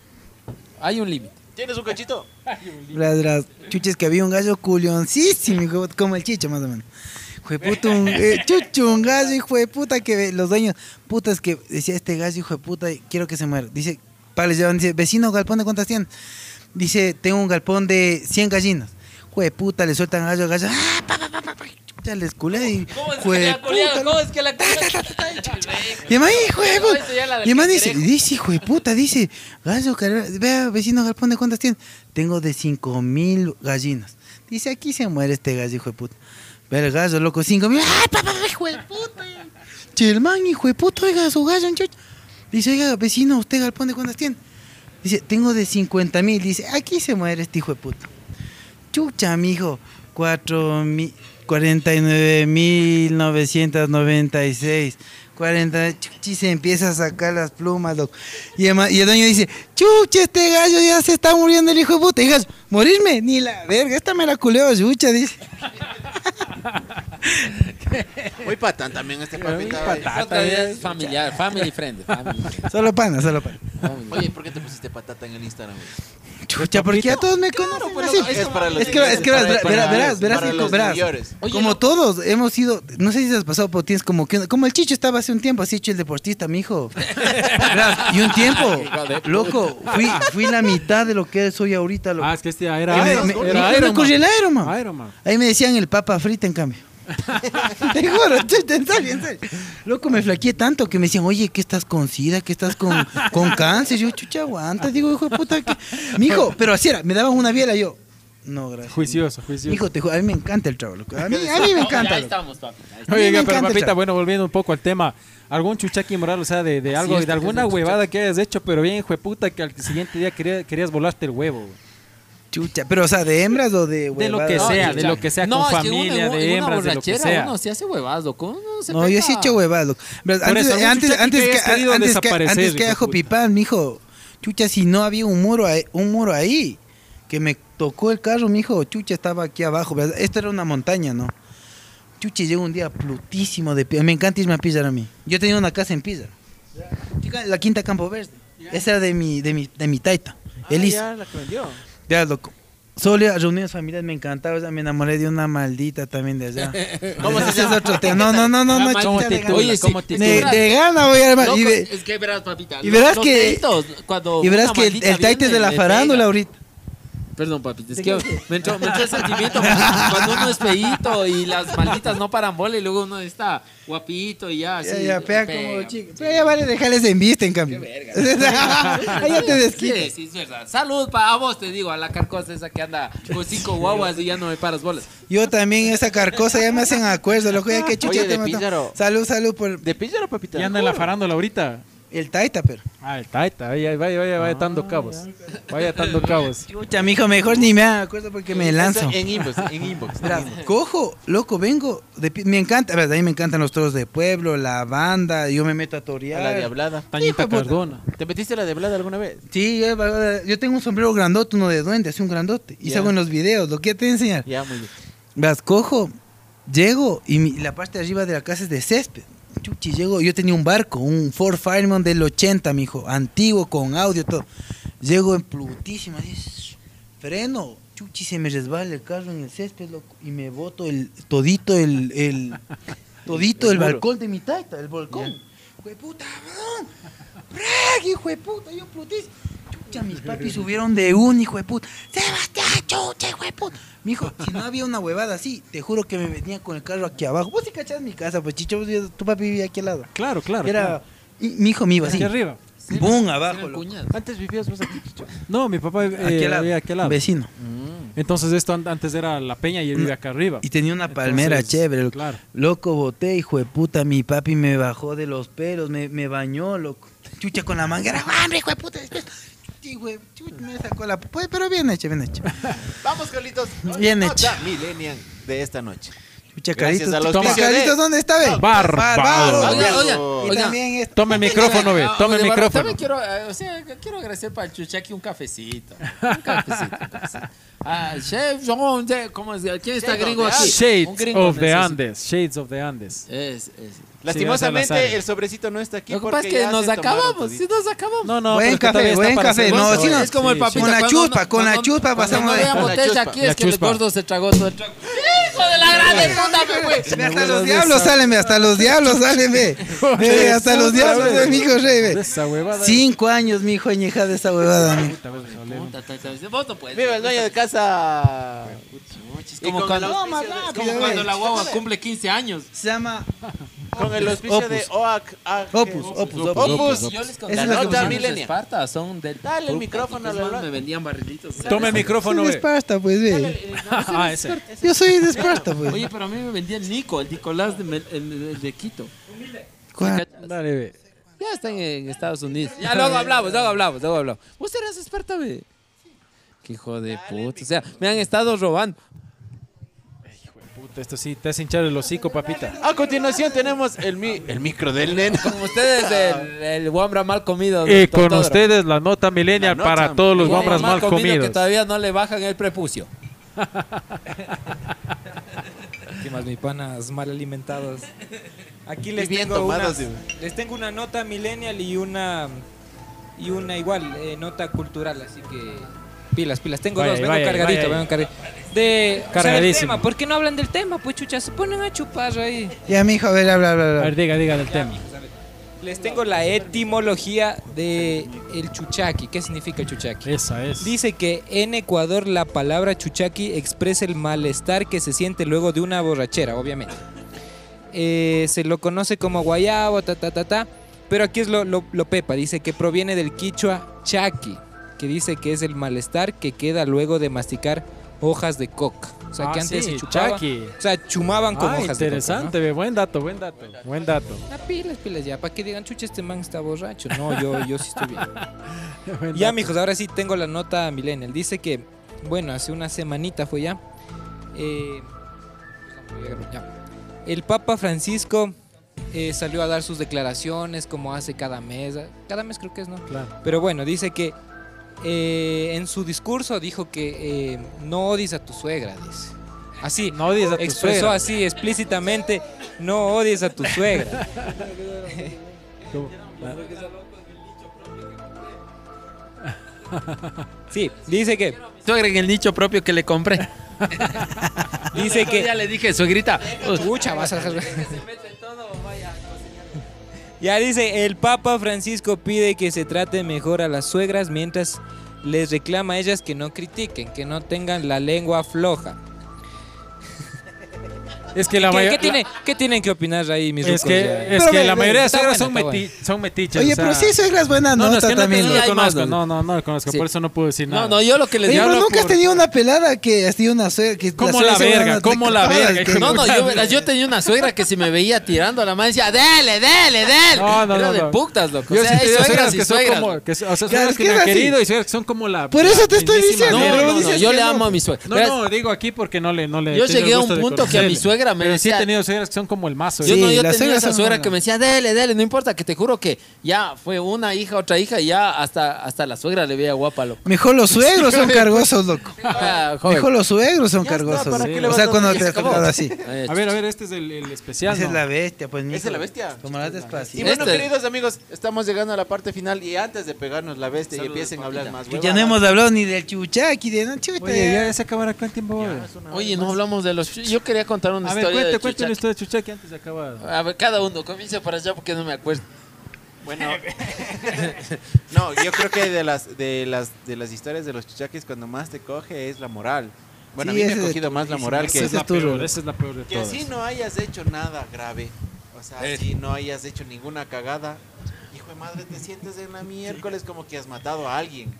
Hay un límite.
cacho. ¿Tienes un cachito?
Las, las chuches que había un gallo culioncísimo, hijo, como el chicho más o menos. Jueputa, un eh, chucho, un gallo, hijo de puta, que ve- los dueños, putas que decía este gallo, hijo de puta, quiero que se muera. Dice, para les llevan, dice, vecino, galpón de cuántas tienen. Dice, tengo un galpón de 100 gallinas. Jue puta, le sueltan gallo al gallo. ¡Ah, pa, pa, pa, pa, pa! Ya les culé y.
¿Cómo es que la
jueputa,
culiaron?
lo-
¿Cómo es que la
*laughs* y
culiaron?
además, hijo de puta.
Eso ya la del
Y además dice,
cangrejo.
dice, hijo de puta, dice, gallo, car- vea, vecino Galpón, ¿de cuántas tienen? Tengo de cinco mil gallinas. Dice, aquí se muere este gallo, hijo de puta. Ve el gallo, loco, cinco mil. ¡Ay, papá, hijo de puta! Chilmán, hijo de puta, oiga, su gallo, muchacho. Dice, oiga, vecino, ¿usted galpón de cuántas tiene? Dice, tengo de 50 mil. Dice, aquí se muere este hijo de puta. Chucha, mijo, cuatro mil... 49.996. 40, chuchi, se empieza a sacar las plumas, loco. Y, el ma- y el dueño dice, chucha, este gallo ya se está muriendo el hijo de puta. Y digas, morirme, ni la verga, esta me la culeo, chucha, dice.
Muy patán también este papita. oye.
Ah,
Otra vez es familiar, family friend. family friend.
Solo pana, solo pana.
Oye, ¿por qué te pusiste patata en el Instagram? güey?
Chucha, porque ya todos me conocen
pues,
así.
loco, es para los
es que, es que
para-
verás, verás,
para-
verás, verás,
para
Nico,
los
verás.
mayores.
Oye,
como
no-
todos hemos sido, no sé si te has pasado, pero tienes como que, como el Chicho estaba hace un tiempo, así hecho el deportista, mijo. Verás, y un tiempo, loco, fui, fui la mitad de lo que soy ahorita, loco.
Ah, es que este era,
Ahí
era,
me, me-
era
me
Iron Man.
corrí el Iron Man.
Iron Man.
Ahí me decían el papa frita,
*laughs*
en cambio. Te juro, te- te- en serio, en serio. Loco, me flaqueé tanto que me decían, oye, ¿qué estás con sida? ¿Qué estás con, con cáncer? Yo, chucha, aguanta. Digo, hijo de puta, que... Mijo, pero así era, me daban una biela yo. No, gracias.
Juicioso, juicioso.
Mijo, te juro, a mí me encanta el
*laughs*
chavo, loco. A mí, a mí me encanta,
Ahí
loco.
estamos, papi. ahí estamos.
A mí
Oye,
me
pero
encanta el
papita,
chavo.
bueno, volviendo un poco al tema. ¿Algún chuchaqui moral, o sea, de, de algo, de alguna huevada que hayas hecho, pero bien, jueputa, que al siguiente día quería- querías volarte el huevo? güey?
Chucha, pero o sea, de hembras o de
De lo
huevadas?
que
No,
sea,
chucha.
de lo que sea,
No,
con
es que uno
familia,
en un- en
de
una
hembras, de lo que
borrachera
sea.
Uno se hace huevadas, loco. uno se
No, yo
pega.
sí he hecho huevadas, loco. Verás,
Por
Antes,
eso, mucho
antes,
chucha que
antes que,
hayas querido
antes, que,
desaparecer,
antes que
hijo de
haya
puta.
Jopipán, mijo, chucha, si no había un muro, ahí- un muro ahí, que me tocó el carro, mijo, chucha, estaba aquí abajo. ¿verdad? Esto era una montaña, ¿no? Chucha, llegó un día plutísimo de pi- Me encanta irme a Pizar a mí. Yo tenía una casa en Pizar. Chica, La quinta Campo Verde. Esa era de mi, de mi, de mi taita. Él hizo.
Ah, ya, la que vendió.
Ya, loco. Solo ir a reuniones familiares me encantaba, o sea, me enamoré de una maldita también de *laughs* allá.
¿Cómo se
Ese es
llama?
otro tema. No, no, no, no, no,
La
chucha,
maldita
de
titula,
gana.
Oye, sí,
¿Cómo
te-
de,
titula?
de gana voy a armar.
Loco,
y, ve-
es que verás, papita.
y verás
los
que-
deditos, cuando
y verás
una
que el,
maldita
el taite
viene,
es de Ah, la
le pega.
farándula ahorita.
Perdón, papita, es que me entró, me entró el sentimiento porque cuando uno es feíto y las malditas no paran bola y luego uno está guapito y ya.
Ya,
así,
ya, pega
pega.
como chico. Pero ya vale dejarles en vista, en cambio. *laughs* Ahí ya te
Sí,
desquites.
sí, es verdad. Salud para a vos, te digo, a la carcosa esa que anda con cinco guaguas y ya no me paras bolas.
Yo también, esa carcosa, ya me hacen acuerdo, loco, ya que chucha
Oye,
te
de
mató.
Píllaro.
Salud, salud por
¿De píllaro, papita?
Y anda en la farándula ahorita.
el taita, pero.
Ah, el taita, vaya, vaya, vaya, vaya atando cabos. Vaya *laughs* atando cabos.
Chucha, mijo, mejor ni me acuerdo porque me lanzo.
En inbox, en inbox.
Verás, cojo, loco, vengo. de pi- me encanta, verás, a mí me encantan los toros de pueblo, la banda, yo me meto a
A la
torear.
diablada.
Hijo de
Tañita
puta.
Cardona.
¿Te metiste a la diablada alguna vez?
Sí, yo, yo tengo un sombrero grandote, uno de duende, así un grandote. Y
Ya.
salgo en los videos, lo que ya te voy a enseñar.
Ya, muy bien.
Verás, cojo, llego y mi- la parte de arriba de la casa es de césped. Chuchi, llego, yo tenía un barco, un Ford Fireman del 80, mijo, antiguo, con audio, todo. Llego en plutísima, así, shh, freno, chuchi, se me resbala el carro en el césped, loco, y me boto el, todito el,
*laughs*
el- todito el, balcón de mi taita, el balcón. Hijo de puta, cabrón, ¡Preg, hijo de puta! Yo plutísimo. Chucha, mis papis subieron de un, hijo de puta. ¡Sebastián, chucha, hijo de puta! Mijo, si no había una huevada así, te juro que me venía con el carro aquí abajo. Vos sí cachás mi casa, pues chicho, vos ya- tu papi vivía aquí al lado.
Claro, claro.
Era.
claro.
y mi hijo me iba así.
Aquí arriba.
¡Bum!
Eran
Abajo. loco.
cuñas.
Antes vivías vos aquí, Chicho.
No, mi papá eh,
Aquí al lado.
vivía aquí al lado.
Vecino.
Entonces esto an- antes era la peña y él vive acá arriba.
Mm. Y tenía una palmera
Entonces,
chévere. Loco.
claro.
loco, boté, hijo de puta. Mi papi me bajó de los pelos, me, me bañó, loco. Chucha con la manguera. ¡Hambre, hijo de puta! despierta! Chucha, hijo de- chucha, me sacó la. Pues, pero bien hecho, bien hecho.
Vamos, Carlitos.
Bien
Nota
hecho.
Millennial de esta noche.
Chucha,
Gracias
Carlitos,
al
toma.
auspicio
Carlitos,
de-
¿dónde está, ve?
Bárbaro.
Oigan,
Bárbaro.
oigan,
Y
oigan.
también es-
Tome el micrófono, ve.
Ah,
Tome el
de verdad,
micrófono.
También quiero, eh, o sea, que quiero agradecer para el Chuchaki un cafecito. Un cafecito, un cafecito. Ah, chef John, de- ¿cómo es? ¿Quién está
Chef
gringo
Ah,
of the
aquí? Un
Shades
gringo
of the
necesito.
Andes. Shades of the Andes.
Es, es.
Salazar.
Lastimosamente, el sobrecito no está aquí.
Lo que
porque
pasa es
ya
que
se
nos
tomaron
acabamos,
todito.
sí nos acabamos.
No, no,
Buen
pero es que todavía
café,
está
buen
para
café.
hacer
No,
bolsa,
sí,
güey.
no.
es como el papito.
Con la chuspa, con la chuspa pasamos
No
de-
veamos
La
botella
chuspa.
aquí, es
La
que el
chuspa.
gordo se tragó todo el trago. ¡Hijo de la grande puta, me fue!
Ve, *laughs* Hasta los diablos salen, ve, hasta los diablos salen, ve. *laughs* Ve, Eh, Hasta los diablos, ve, mijo rey,
De
ve.
esa huevada.
Cinco años, mijo, añeja de esa huevada, mijo.
Puta, güey, olé.
Puta, ta- ta- Vos no puedes.
Viva el dueño de casa.
Es
Y
como
con
cuando,
el auspicio
No, más
de-
rápido,
como
güey.
cuando la guagua cumple 15 años.
Se llama
Con el auspicio de
Opus.
OAC. AG.
Opus, opus, opus.
Opus.
Oh, pues, Yo les conté
Esa Pues, es la
la
que
nota
pusieron.
Milenia. Esparta, son del.
Dale el micrófono a la
Los
Lola.
me vendían barrilitos. ¿sabes?
Toma el micrófono,
Soy de
ve.
Esparta, pues,
Dale,
ve.
eh, no,
Ah, ese.
Yo soy de Esparta, pues.
Oye, pero a mí me vendía el Nico, el Nicolás de, Mel- el- el de Quito.
¿Cuál?
Dale, ve.
Ya están en Estados Unidos. Ya *laughs* luego hablamos, luego hablamos, luego hablamos. ¿Vos eras Esparta, ve? Qué hijo de puta. O sea, me han estado robando.
Puta, esto sí, te hace hinchar el hocico, papita.
A continuación tenemos el, mi- el micro del nene.
Con *laughs* ustedes, el, el guambra mal comido.
Y
del
Eh, con
Totodoro.
ustedes la nota millennial
La nota
para todos los
Guambra
guambras mal comidos.
Que todavía no le bajan el prepucio.
¿Qué más, mis panas mal alimentados? Aquí les,
bien
tengo,
tomadas,
una, les tengo una nota millennial y una y una igual, eh, nota cultural, así que pilas, pilas. Tengo
Vaya
dos,
ahí,
vengo
vaya ahí,
cargadito,
vaya ahí.
vengo cargadito. De, o sea, el
Cargadísimo.
tema, ¿por qué no hablan del tema? Pues chucha, se ponen a chupar ahí.
Ya, mijo, a ver, habla,
A
habla,
ver,
habla.
diga, diga el tema.
Les tengo la etimología de el chuchaqui. ¿Qué significa el chuchaqui?
Esa es.
Dice que en Ecuador la palabra chuchaqui expresa el malestar que se siente luego de una borrachera, obviamente. Eh, se lo conoce como guayabo, ta, ta, ta, ta. Pero aquí es lo, lo- lo pepa. Dice que proviene del quichua chaqui, que dice que es el malestar que queda luego de masticar hojas de coca. O sea,
Ah,
que antes
sí,
se chupaba,
chaqui.
O sea, chumaban con
Ah,
hojas
interesante,
de coca.
ve. Buen dato, buen dato. Buen dato.
¿no? Ah, pilas, pilas ya. Para que digan, chucha, este man está borracho. No, yo, yo sí estoy bien.
Buen
Ya,
dato.
mijos, ahora sí tengo la nota millennial. Dice que, bueno, hace una semanita fue ya. eh, ya. El Papa Francisco eh, salió a dar sus declaraciones como hace cada mes. Cada mes creo que es, ¿no?
Claro.
Pero bueno, dice que eh, en su discurso dijo que eh, no odies a tu suegra, dice. Así,
No odies a tu
expresó
suegra.
así explícitamente, no odies a tu
*laughs*
suegra.
Tú-
Sí, dice que,
Suegra en el nicho propio que le *laughs* compré.
*laughs*
dice
Ya
que,
le dije, suegrita. pues,
pucha, vas a... Ya dice, el Papa Francisco pide que se trate mejor a las suegras mientras les reclama a ellas que no critiquen, que no tengan la lengua floja.
Es que la
¿Qué,
mayoría.
qué tiene- qué tienen que opinar ahí, mis
Es
rucos?
que,
Ya?
es
Pero
que
ve,
la
ve,
mayoría de
está
suegras son,
bueno, está
meti- son metiches.
Oye,
o sea-
pero sí, soy buenas
No, no, es
notas
que no, te-
también.
no
Ya
lo
hay más,
conozco.
¿no?
No, no, no lo conozco.
Sí.
Por eso no puedo decir nada.
No, no, yo lo que les
Oye,
digo.
pero nunca has
por-
tenido una pelada que has tenido una suegra que
Como
suegra
la
sea una
verga,
nota-
como la
Jodas,
verga,
que-
hijo
No, no, yo, verás, yo tenía una suegra que si me veía tirando a la madre decía, dele, dele, dele.
No, no,
Era
no,
de
no.
putas, loco.
Yo
o sea, hay
sí te digo
suegras
suegras
y
que son
suegras.
como. Que, son- o sea,
Claro,
suegras
es
que,
que
me
es
han
así.
querido y suegras que son como la.
Por eso
la
te estoy
mismísima
diciendo,
No,
verga.
pero
no, no,
dices
yo
que
le
no.
amo a mi suegra.
No,
Verás,
no, digo aquí porque no le. No le he
Yo
tenido el
llegué a un
gusto de
punto que a mi
conocerle.
suegra me
Pero sí
decía-
he tenido suegras que son como el mazo.
Yo
Sí,
no, yo
las
tenía
suegras
esa
son
suegra
malas.
que me decía, dele, dele, no importa, que te juro que ya fue una hija, otra hija, y ya hasta, hasta la suegra le veía guapa, loco. *laughs*
*laughs* Mejor los suegros son cargosos, loco.
Ah, joven.
Mejor los suegros son
está,
cargosos.
¿para
loco.
qué le
O
vas
sea,
a
cuando
decir?
te has
Se acabó.
contado así.
Eh,
A ver, a ver, este es el, el especial.
Esa es
¿no?
la bestia, pues.
Esa
mijo.
es la bestia.
Como la despacito.
Y bueno,
Este-
queridos amigos, estamos llegando a la parte final y antes de pegarnos la bestia y empiecen a hablar más.
Que ya no hemos hablado ni del chuchaqui, de no chuta.
Oye, ya se acabará con tiempo. güey.
Oye, no hablamos de los... Yo quería contar una
A ver,
historia
cuente,
de
cuente
Chuchaca.
una historia de Chuchaki antes de acabar.
A ver, cada uno, comienza para allá porque no me acuerdo.
*laughs* Bueno, no, yo creo que de las, de las de las historias de los chuchaques cuando más te coge es la moral. Bueno,
Sí,
a mí
ese
me ha
es
cogido más la moral
ese
que
es la peor,
peor, esa es la peor de
que
todas.
si no hayas hecho nada grave, o sea, si no hayas hecho ninguna cagada, hijo de madre, te sientes en la miércoles como que has matado a alguien.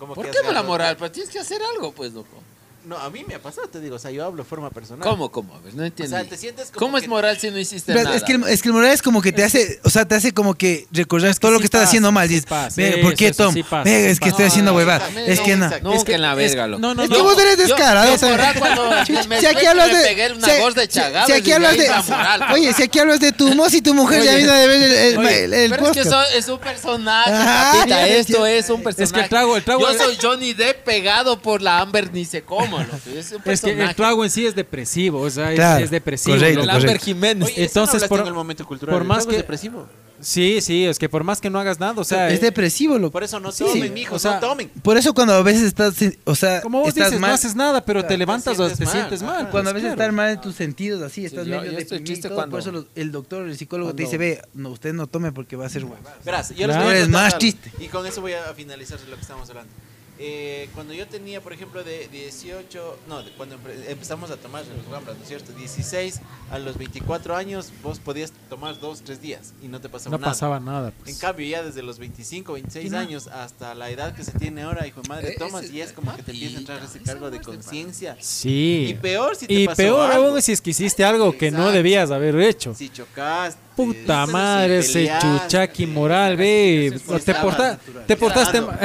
Como
¿Por
que
qué
has
no la
ganado-
moral? Pues tienes que hacer algo, pues, loco.
No, a mí me ha pasado, te digo, o sea, yo hablo de forma personal.
¿Cómo, cómo? A ver, no
O
entiendo.
sea, te sientes como
¿Cómo
que-
es moral si no hiciste
Pero
nada?
Pues, es, que el, es que el moral es como que te hace, o sea, te hace como que recordar todo lo
sí
que estás
pasa,
haciendo mal.
sí
Dices,
pasa.
"Verga,
Sí,
¿por qué,
eso sí
Tom?
pasa,
Verga,
sí
es que
pasa.
estoy haciendo huevada.
no,
Es que no.
Nunca en la verga, loco.
No, no,
Es que vos
no.
eres
Yo-
descarado.
yo
o sea,
moral cuando me-
chuch,
me
si aquí
fue,
hablas
me
de.
pegué una
si-
voz de
si-
chagada,
si aquí
y de
hablas
ahí
de.
la moral.
Oye, si aquí hablas de tu moz y tu mujer ya vino de ver el, el,
Oye,
el- el
pero es que
podcast.
so- es un personaje,
Ah,
papita,
ya
esto
le entiendo.
es un personaje.
que el trago- el trago-
Yo soy Johnny Depp pegado por la Amber ni sé cómo, loco. Es un
Es que
personaje.
el trago en sí es depresivo, o sea, es-
Claro,
es, depresivo.
correcto,
El
loco.
correcto.
Amber Jiménez.
Oye,
Entonces,
entonces
por-
por, el momento cultural,
por
el
más
trago
que-
es depresivo.
Sí, sí, es que por más que no hagas nada, o sea,
es
eh,
depresivo, loco.
Por eso no
Sí,
tomen,
sí,
mijo,
o sea,
no tomen.
Por eso cuando a veces estás, o sea,
como vos
estás
dices,
mal,
no haces nada, pero te levantas o
sientes
te
mal,
sientes mal.
ajá.
pues,
cuando a veces
claro.
estás mal en tus sentidos, así, estás
yo-
medio
yo estoy
deprimido, y
triste
todo,
cuando-
por eso los- el doctor, el psicólogo te dice, ve, no, usted no tome porque va a ser huevada.
Verás, yo
Claro.
les voy a
Eres
contar
más
algo,
chiste.
Y con eso voy a finalizar lo que estamos hablando. eh, cuando yo tenía, por ejemplo, de 18, no, de cuando empe- empezamos a tomar en los guambras, ¿no es cierto? 16 a los 24 años, vos podías tomar dos, tres días y no te pasaba
No
nada.
pasaba nada.
En
Pues.
cambio, ya desde los 25, 26 años hasta la edad que se tiene ahora, hijo de
Eh,
madre,
Ese-
tomas y ya es como que te empieza a entrar ese cargo de conciencia. Y
Sí.
peor si te
Y
pasó
peor
algo.
aún si es que hiciste algo que no
Exacto.
debías haber hecho.
Si chocaste.
Puta
si
madre, ese
peleaste,
chuchaqui moral, ve.
Estabas
Te, porta- te portaste.
Claro.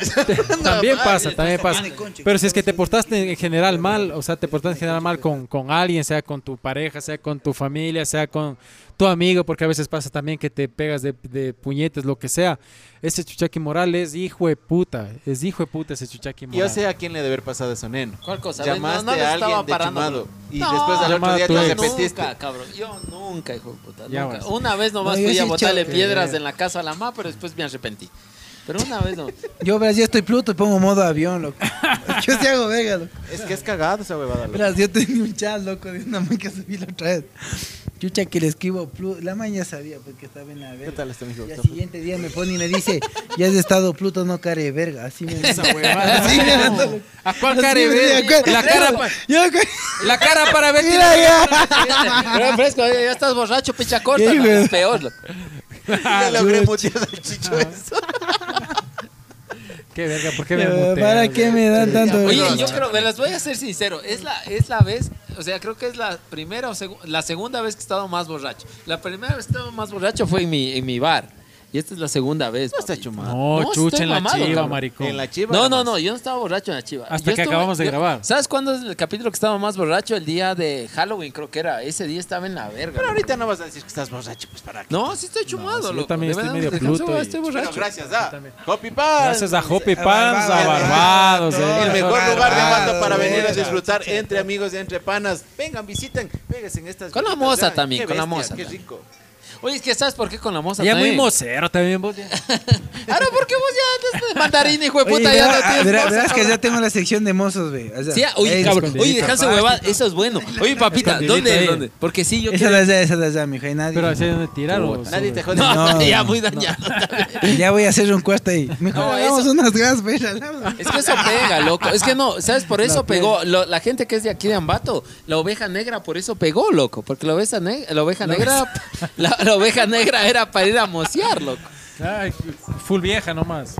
*laughs*
*laughs*
te- también pasa, también pasa. Pero si es que te portaste en general mal, o sea, te portaste en general mal con, con alguien, sea con tu pareja, sea con tu familia, sea con tu amigo, porque a veces pasa también que te pegas de, de puñetes, lo que sea. Ese chuchaqui moral es hijo de puta. Es hijo de puta ese chuchaqui moral.
Yo sé a quién le debe haber pasado eso, neno.
¿Cuál cosa? ¿Ves?
Llamaste
no, no le
a
estaba
alguien de
parando,
chumado
bro.
y
No,
después al
Llamaba
otro
a
día
tu
te
ex.
arrepentiste.
Nunca, cabrón. Yo nunca, hijo de puta.
Ya
Nunca.
basta.
Una vez nomás
No, yo
fui
sí
a
he hecho-
botarle piedras en la casa a la mamá, pero después me arrepentí. Pero una vez no. *laughs*
Yo, verás, ya estoy Pluto y pongo modo avión, loco. *laughs* Yo sí hago verga, loco.
Es que es cagado esa huevada. loco.
Verás, yo tenía un chat, loco, de una man que subí la otra vez. Chucha, que le escribo Pluto. La man ya sabía, porque estaba en la verga.
¿Qué tal este amigo?
Y
*laughs*
al siguiente día me pone y me dice, ya has estado Pluto, no care de verga. Así me dice. *laughs* Así me mandó, loco.
¿A cuál
Así
cara
me
ver?
dice,
La cara,
pues.
pa-
Yo,
la cara para ver.
mira ya.
Pero fresco, ya ya estás borracho,
*laughs*
picha corta.
Sí,
no,
güey.
es peor, loco.
Ya logré mutear al chicho eso.
Qué verga, ¿por qué me muteas?
¿Para qué me dan tanto?
Oye, yo creo, me las voy a ser sincero, es la, es la vez, o sea, creo que es la primera o segu- la segunda vez que he estado más borracho. La primera vez que he estado más borracho fue en mi, en mi bar. Y esta es la segunda vez.
No está
papito.
chumado.
No,
No,
chucha
estoy
en la
mamado,
chiva,
cabrón.
maricón.
En la chiva.
No, no,
nomás.
no, yo no estaba borracho en la chiva.
Hasta
Yo
que acabamos de grabar.
¿Sabes cuándo es el capítulo que estaba más borracho? El día de Halloween, creo que era. Ese día estaba en la verga.
Pero
loco.
ahorita no vas a decir que estás borracho, pues para qué.
No, sí estoy chumado,
sí, yo
loco.
también
De
estoy
verdad,
medio
déjame,
Pluto y-
Estoy
Pero
borracho.
gracias ah. a Copy Pal.
Gracias a Hoppy Pams, a
Barbados.
Barbados. eh.
El mejor
Barbados,
lugar de Ambato para venir a
verga.
disfrutar entre amigos y entre panas. Vengan, visiten, pégase en estas.
Con la
visitas,
moza
vean,
también,
qué
con la
bestia,
moza
Qué
también.
rico.
Oye, es que ¿sabes por qué con la moza
Ya muy
también? *laughs*
mocero también vos. ya.
Ahora, ¿por qué vos ya andas de mandarín, hijo de
Oye,
puta?
verá-
ya no tienes
verá-
moza,
verás que
cabrón.
ya tengo la sección de mozos, güey. O sea,
Sí, ah, oye,
ahí-
cabrón. Oye,
escondidito.
dejarse huevada. Eso es bueno. Oye, papita,
Escondidito
¿dónde?
ahí.
¿Dónde? Porque sí, yo
Esa
quiero...
la ya, esa la ya, mijo. Hay nadie.
Pero así es donde tiraron.
Nadie te jode.
No, *laughs*
No,
ya
no,
muy dañado.
*laughs* Ya voy a hacer un cuarto ahí. Mijo,
No,
hagamos
eso-
unas gas, güey. al lado.
Es que eso pega, loco. Es que no, ¿sabes? Por eso pegó. Lo- la gente que es de aquí de Ambato, la oveja negra, por eso pegó, loco. Porque la oveja, ne- la oveja negra *laughs* la, la oveja negra era para ir a mocear, loco.
Ay, full vieja nomás.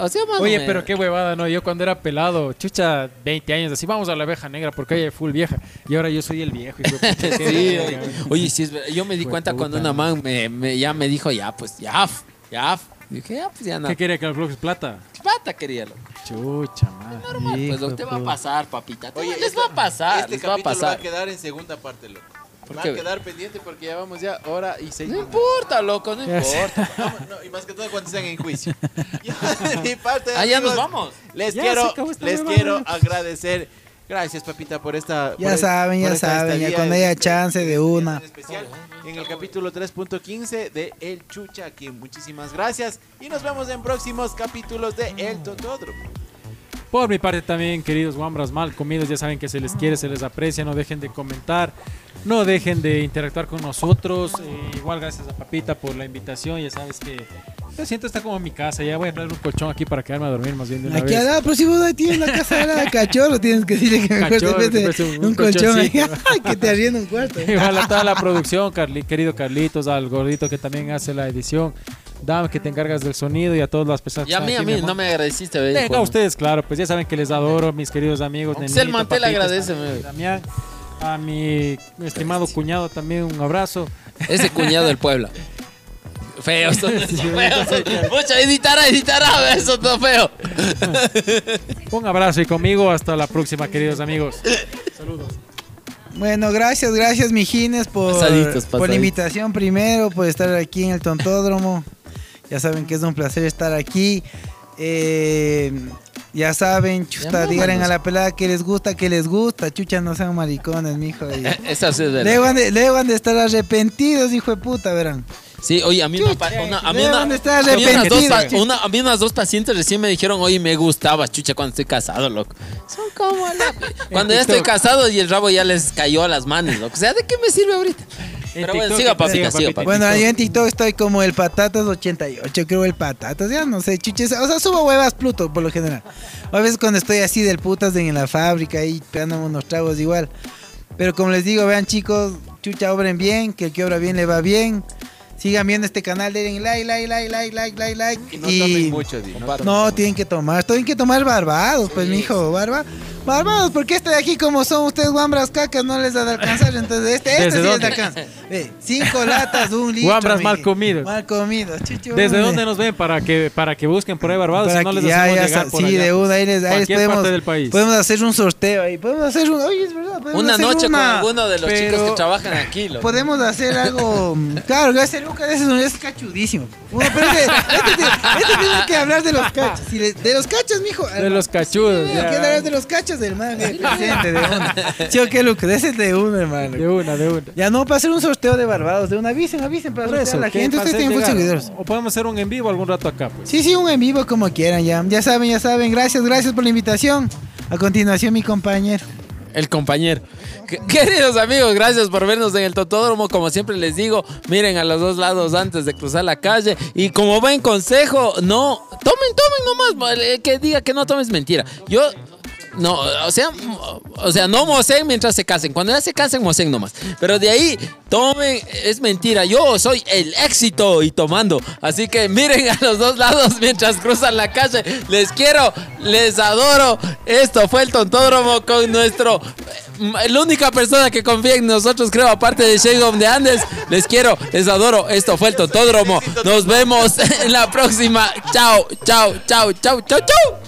O sea, más o
Oye,
menos.
pero qué huevada, ¿no? Yo cuando era pelado, chucha, 20 años, así vamos a la abeja negra porque hay full vieja. Y ahora yo soy el viejo. hijo
*laughs*
de puta, qué *laughs*
Sí,
verga,
oye.
güey.
Oye, sí, es verdad. yo me di
Hijo de
cuenta
puta,
cuando una
¿no?
man me, me- ya me dijo, ya, pues, ya, f- ya. f- Dije, ya, pues, ya, no.
¿Qué quiere que nos bloques plata?
plata quería, loco.
Chucha, madre.
Normal, pues,
Hijo
lo
de
te va a
puta.
pasar, papita. Te-
Oye,
les
esto-
va a pasar,
Este
les va a
capítulo va a
pasar.
quedar en segunda parte, loco.
¿Por
Va
qué,
a
ve?
quedar pendiente porque ya vamos ya hora y seis
No
minutos.
importa, loco, no
Ya sé.
importa.
Vamos, no, y más que todo cuando estén en juicio.
*laughs*
Yo, de mi parte,
Ah, ya nos
amigos,
vamos.
Les
Ya se
quiero,
acabó esta
les
huevada.
quiero agradecer. Gracias, papita, por esta.
Ya
por-
saben,
por
ya
esta
saben. Ya
estadía
cuando
en
haya
este-
chance de una.
en especial en el capítulo 3.15 de El Chucha, que muchísimas gracias y nos vemos en próximos capítulos de El Totódromo.
Por mi parte también, queridos guambras mal comidos, ya saben que se les quiere, se les aprecia, no dejen de comentar, no dejen de interactuar con nosotros. Eh, igual gracias a Papita por la invitación, ya sabes que yo siento está como en mi casa, ya voy a traer un colchón aquí para quedarme a dormir más bien de una
Aquí al
vez.
lado, pero si vos ahí tienes la casa ahora de cachorro, tienes que decirle que mejor te
Cachorro, te
preste
preste un-
un,
un
colchón ahí.
colchoncito.
*laughs* que te arriende un
*laughs*
cuarto.
Igual a toda la producción, Carli- querido Carlitos, al gordito que también hace la edición, Dam que te encargas del sonido y a todas las personas. que
Y a
están
mí, a
aquí, mi
mí,
amor.
no me agradeciste, ve,
Venga,
hijo.
a Eh, ustedes, claro, pues ya saben que les adoro, mis queridos amigos.
Aunque sea el mantel,
papito,
agradéceme.
Damián, Damián, a mi estimado cuñado también un abrazo.
Ese cuñado del Puebla. Feo, son feos. son- Mucha editará, editará, eso todo feo.
Un abrazo y conmigo hasta la próxima, queridos amigos.
Bueno, gracias, gracias, mijines, por,
Pasaditos,
por
pasaditos.
la invitación primero, por estar aquí en el Tontódromo. Ya saben que es un placer estar aquí. Eh, ya saben, chusta,
no,
díganle
manos.
a la pelada que les gusta, que les gusta. Chucha, no sean maricones,
*laughs*
mijo. y-
Eh, Esa sí es
Luego
verdad.
han de, luego han de estar arrepentidos, hijo de puta, verán.
Sí, oye, a mí una, pa- una- a mí
Leo,
una-
¿dónde está?
a mí unas dos pa-
Arrepentido.
una- a mí unas dos pacientes recién me dijeron, oye, me gustaba, chucha, cuando estoy casado, loco. Son
*laughs*
como la- Cuando ya estoy
TikTok.
casado y el rabo ya les cayó a las manos, loco. O sea, ¿de qué me sirve ahorita? Pero bueno, siga papi, siga, siga, papi.
Bueno, yo en TikTok estoy como el Patatas88, creo el Patatas, ya no sé, chuches. O sea, subo huevas Pluto por lo general. O a veces cuando estoy así del putas en la fábrica ahí pegándome unos tragos igual. Pero como les digo, vean chicos, chucha, obren bien, que el que obra bien le va bien. Sigan viendo este canal, denle like, like, like, like, like, like, like.
Y no tomen mucho, Di. No, tomen
No,
mucho.
tienen que tomar, tienen que tomar barbados, pues mijo, barba, barbados, porque este de aquí como son ustedes guambras cacas no les da de alcanzar, entonces este, este
¿Desde
sí les
dónde?
da alcanza. Ve, cinco latas, un litro.
Guambras
mire.
mal comidos.
Mal comidos, chucho.
¿Desde
hombre.
dónde nos ven? Para que, para que busquen por ahí Barbados.
Para
si no
que-
les
ya,
hacemos
ya,
llegar
sa-
por
sí,
allá. pues?
de una, ahí les, ahí les
Cualquier
podemos,
parte del país.
podemos hacer un sorteo ahí, podemos hacer un, oye, es verdad, podemos
Una
hacer
noche
una,
con alguno de los chicos
pero pues
que trabajan aquí. loco.
Podemos hacer algo. mm, Claro, que ese Lucas ese es, un- es cachudísimo. Bueno, pero este, este tiene, este tiene que hablar de los cachos. Si le- de los cachos, mijo.
De los cachudos.
Tiene
ya.
que hablar de los cachos, hermano. que presente, de una. Sí, ok, Lucas, ese es de uno, hermano.
De una, de una.
Ya no, para hacer un sorteo de Barbados, de una avisen, avisen para
Por
sortear
eso,
a la
que
gente. Ustedes
pasen
tienen muchos
llegar.
seguidores.
O podemos hacer un en vivo algún rato acá, pues.
Sí, sí, un en vivo como quieran ya. Ya saben, ya saben. Gracias, gracias por la invitación. A continuación, mi compañero.
El compañero. Que- Queridos amigos, gracias por vernos en el Totódromo. Como siempre les digo, miren a los dos lados antes de cruzar la calle. Y como buen consejo, no tomen, tomen nomás. El que diga que no tomes mentira. Yo. No, o sea, m- o sea, no mocen mientras se casen. Cuando ya se casen, mocen nomás. Pero de ahí, tomen, es mentira. Yo soy el éxito y tomando. Así que miren a los dos lados mientras cruzan la calle. Les quiero, les adoro. Esto fue el Tontódromo con nuestro eh, la única persona que confía en nosotros, creo, aparte de Shake of the Andes. Les quiero, les adoro. Esto fue el Totódromo. Nos *laughs* vemos en la próxima. Chao, chao, chao, chao, chao, chao.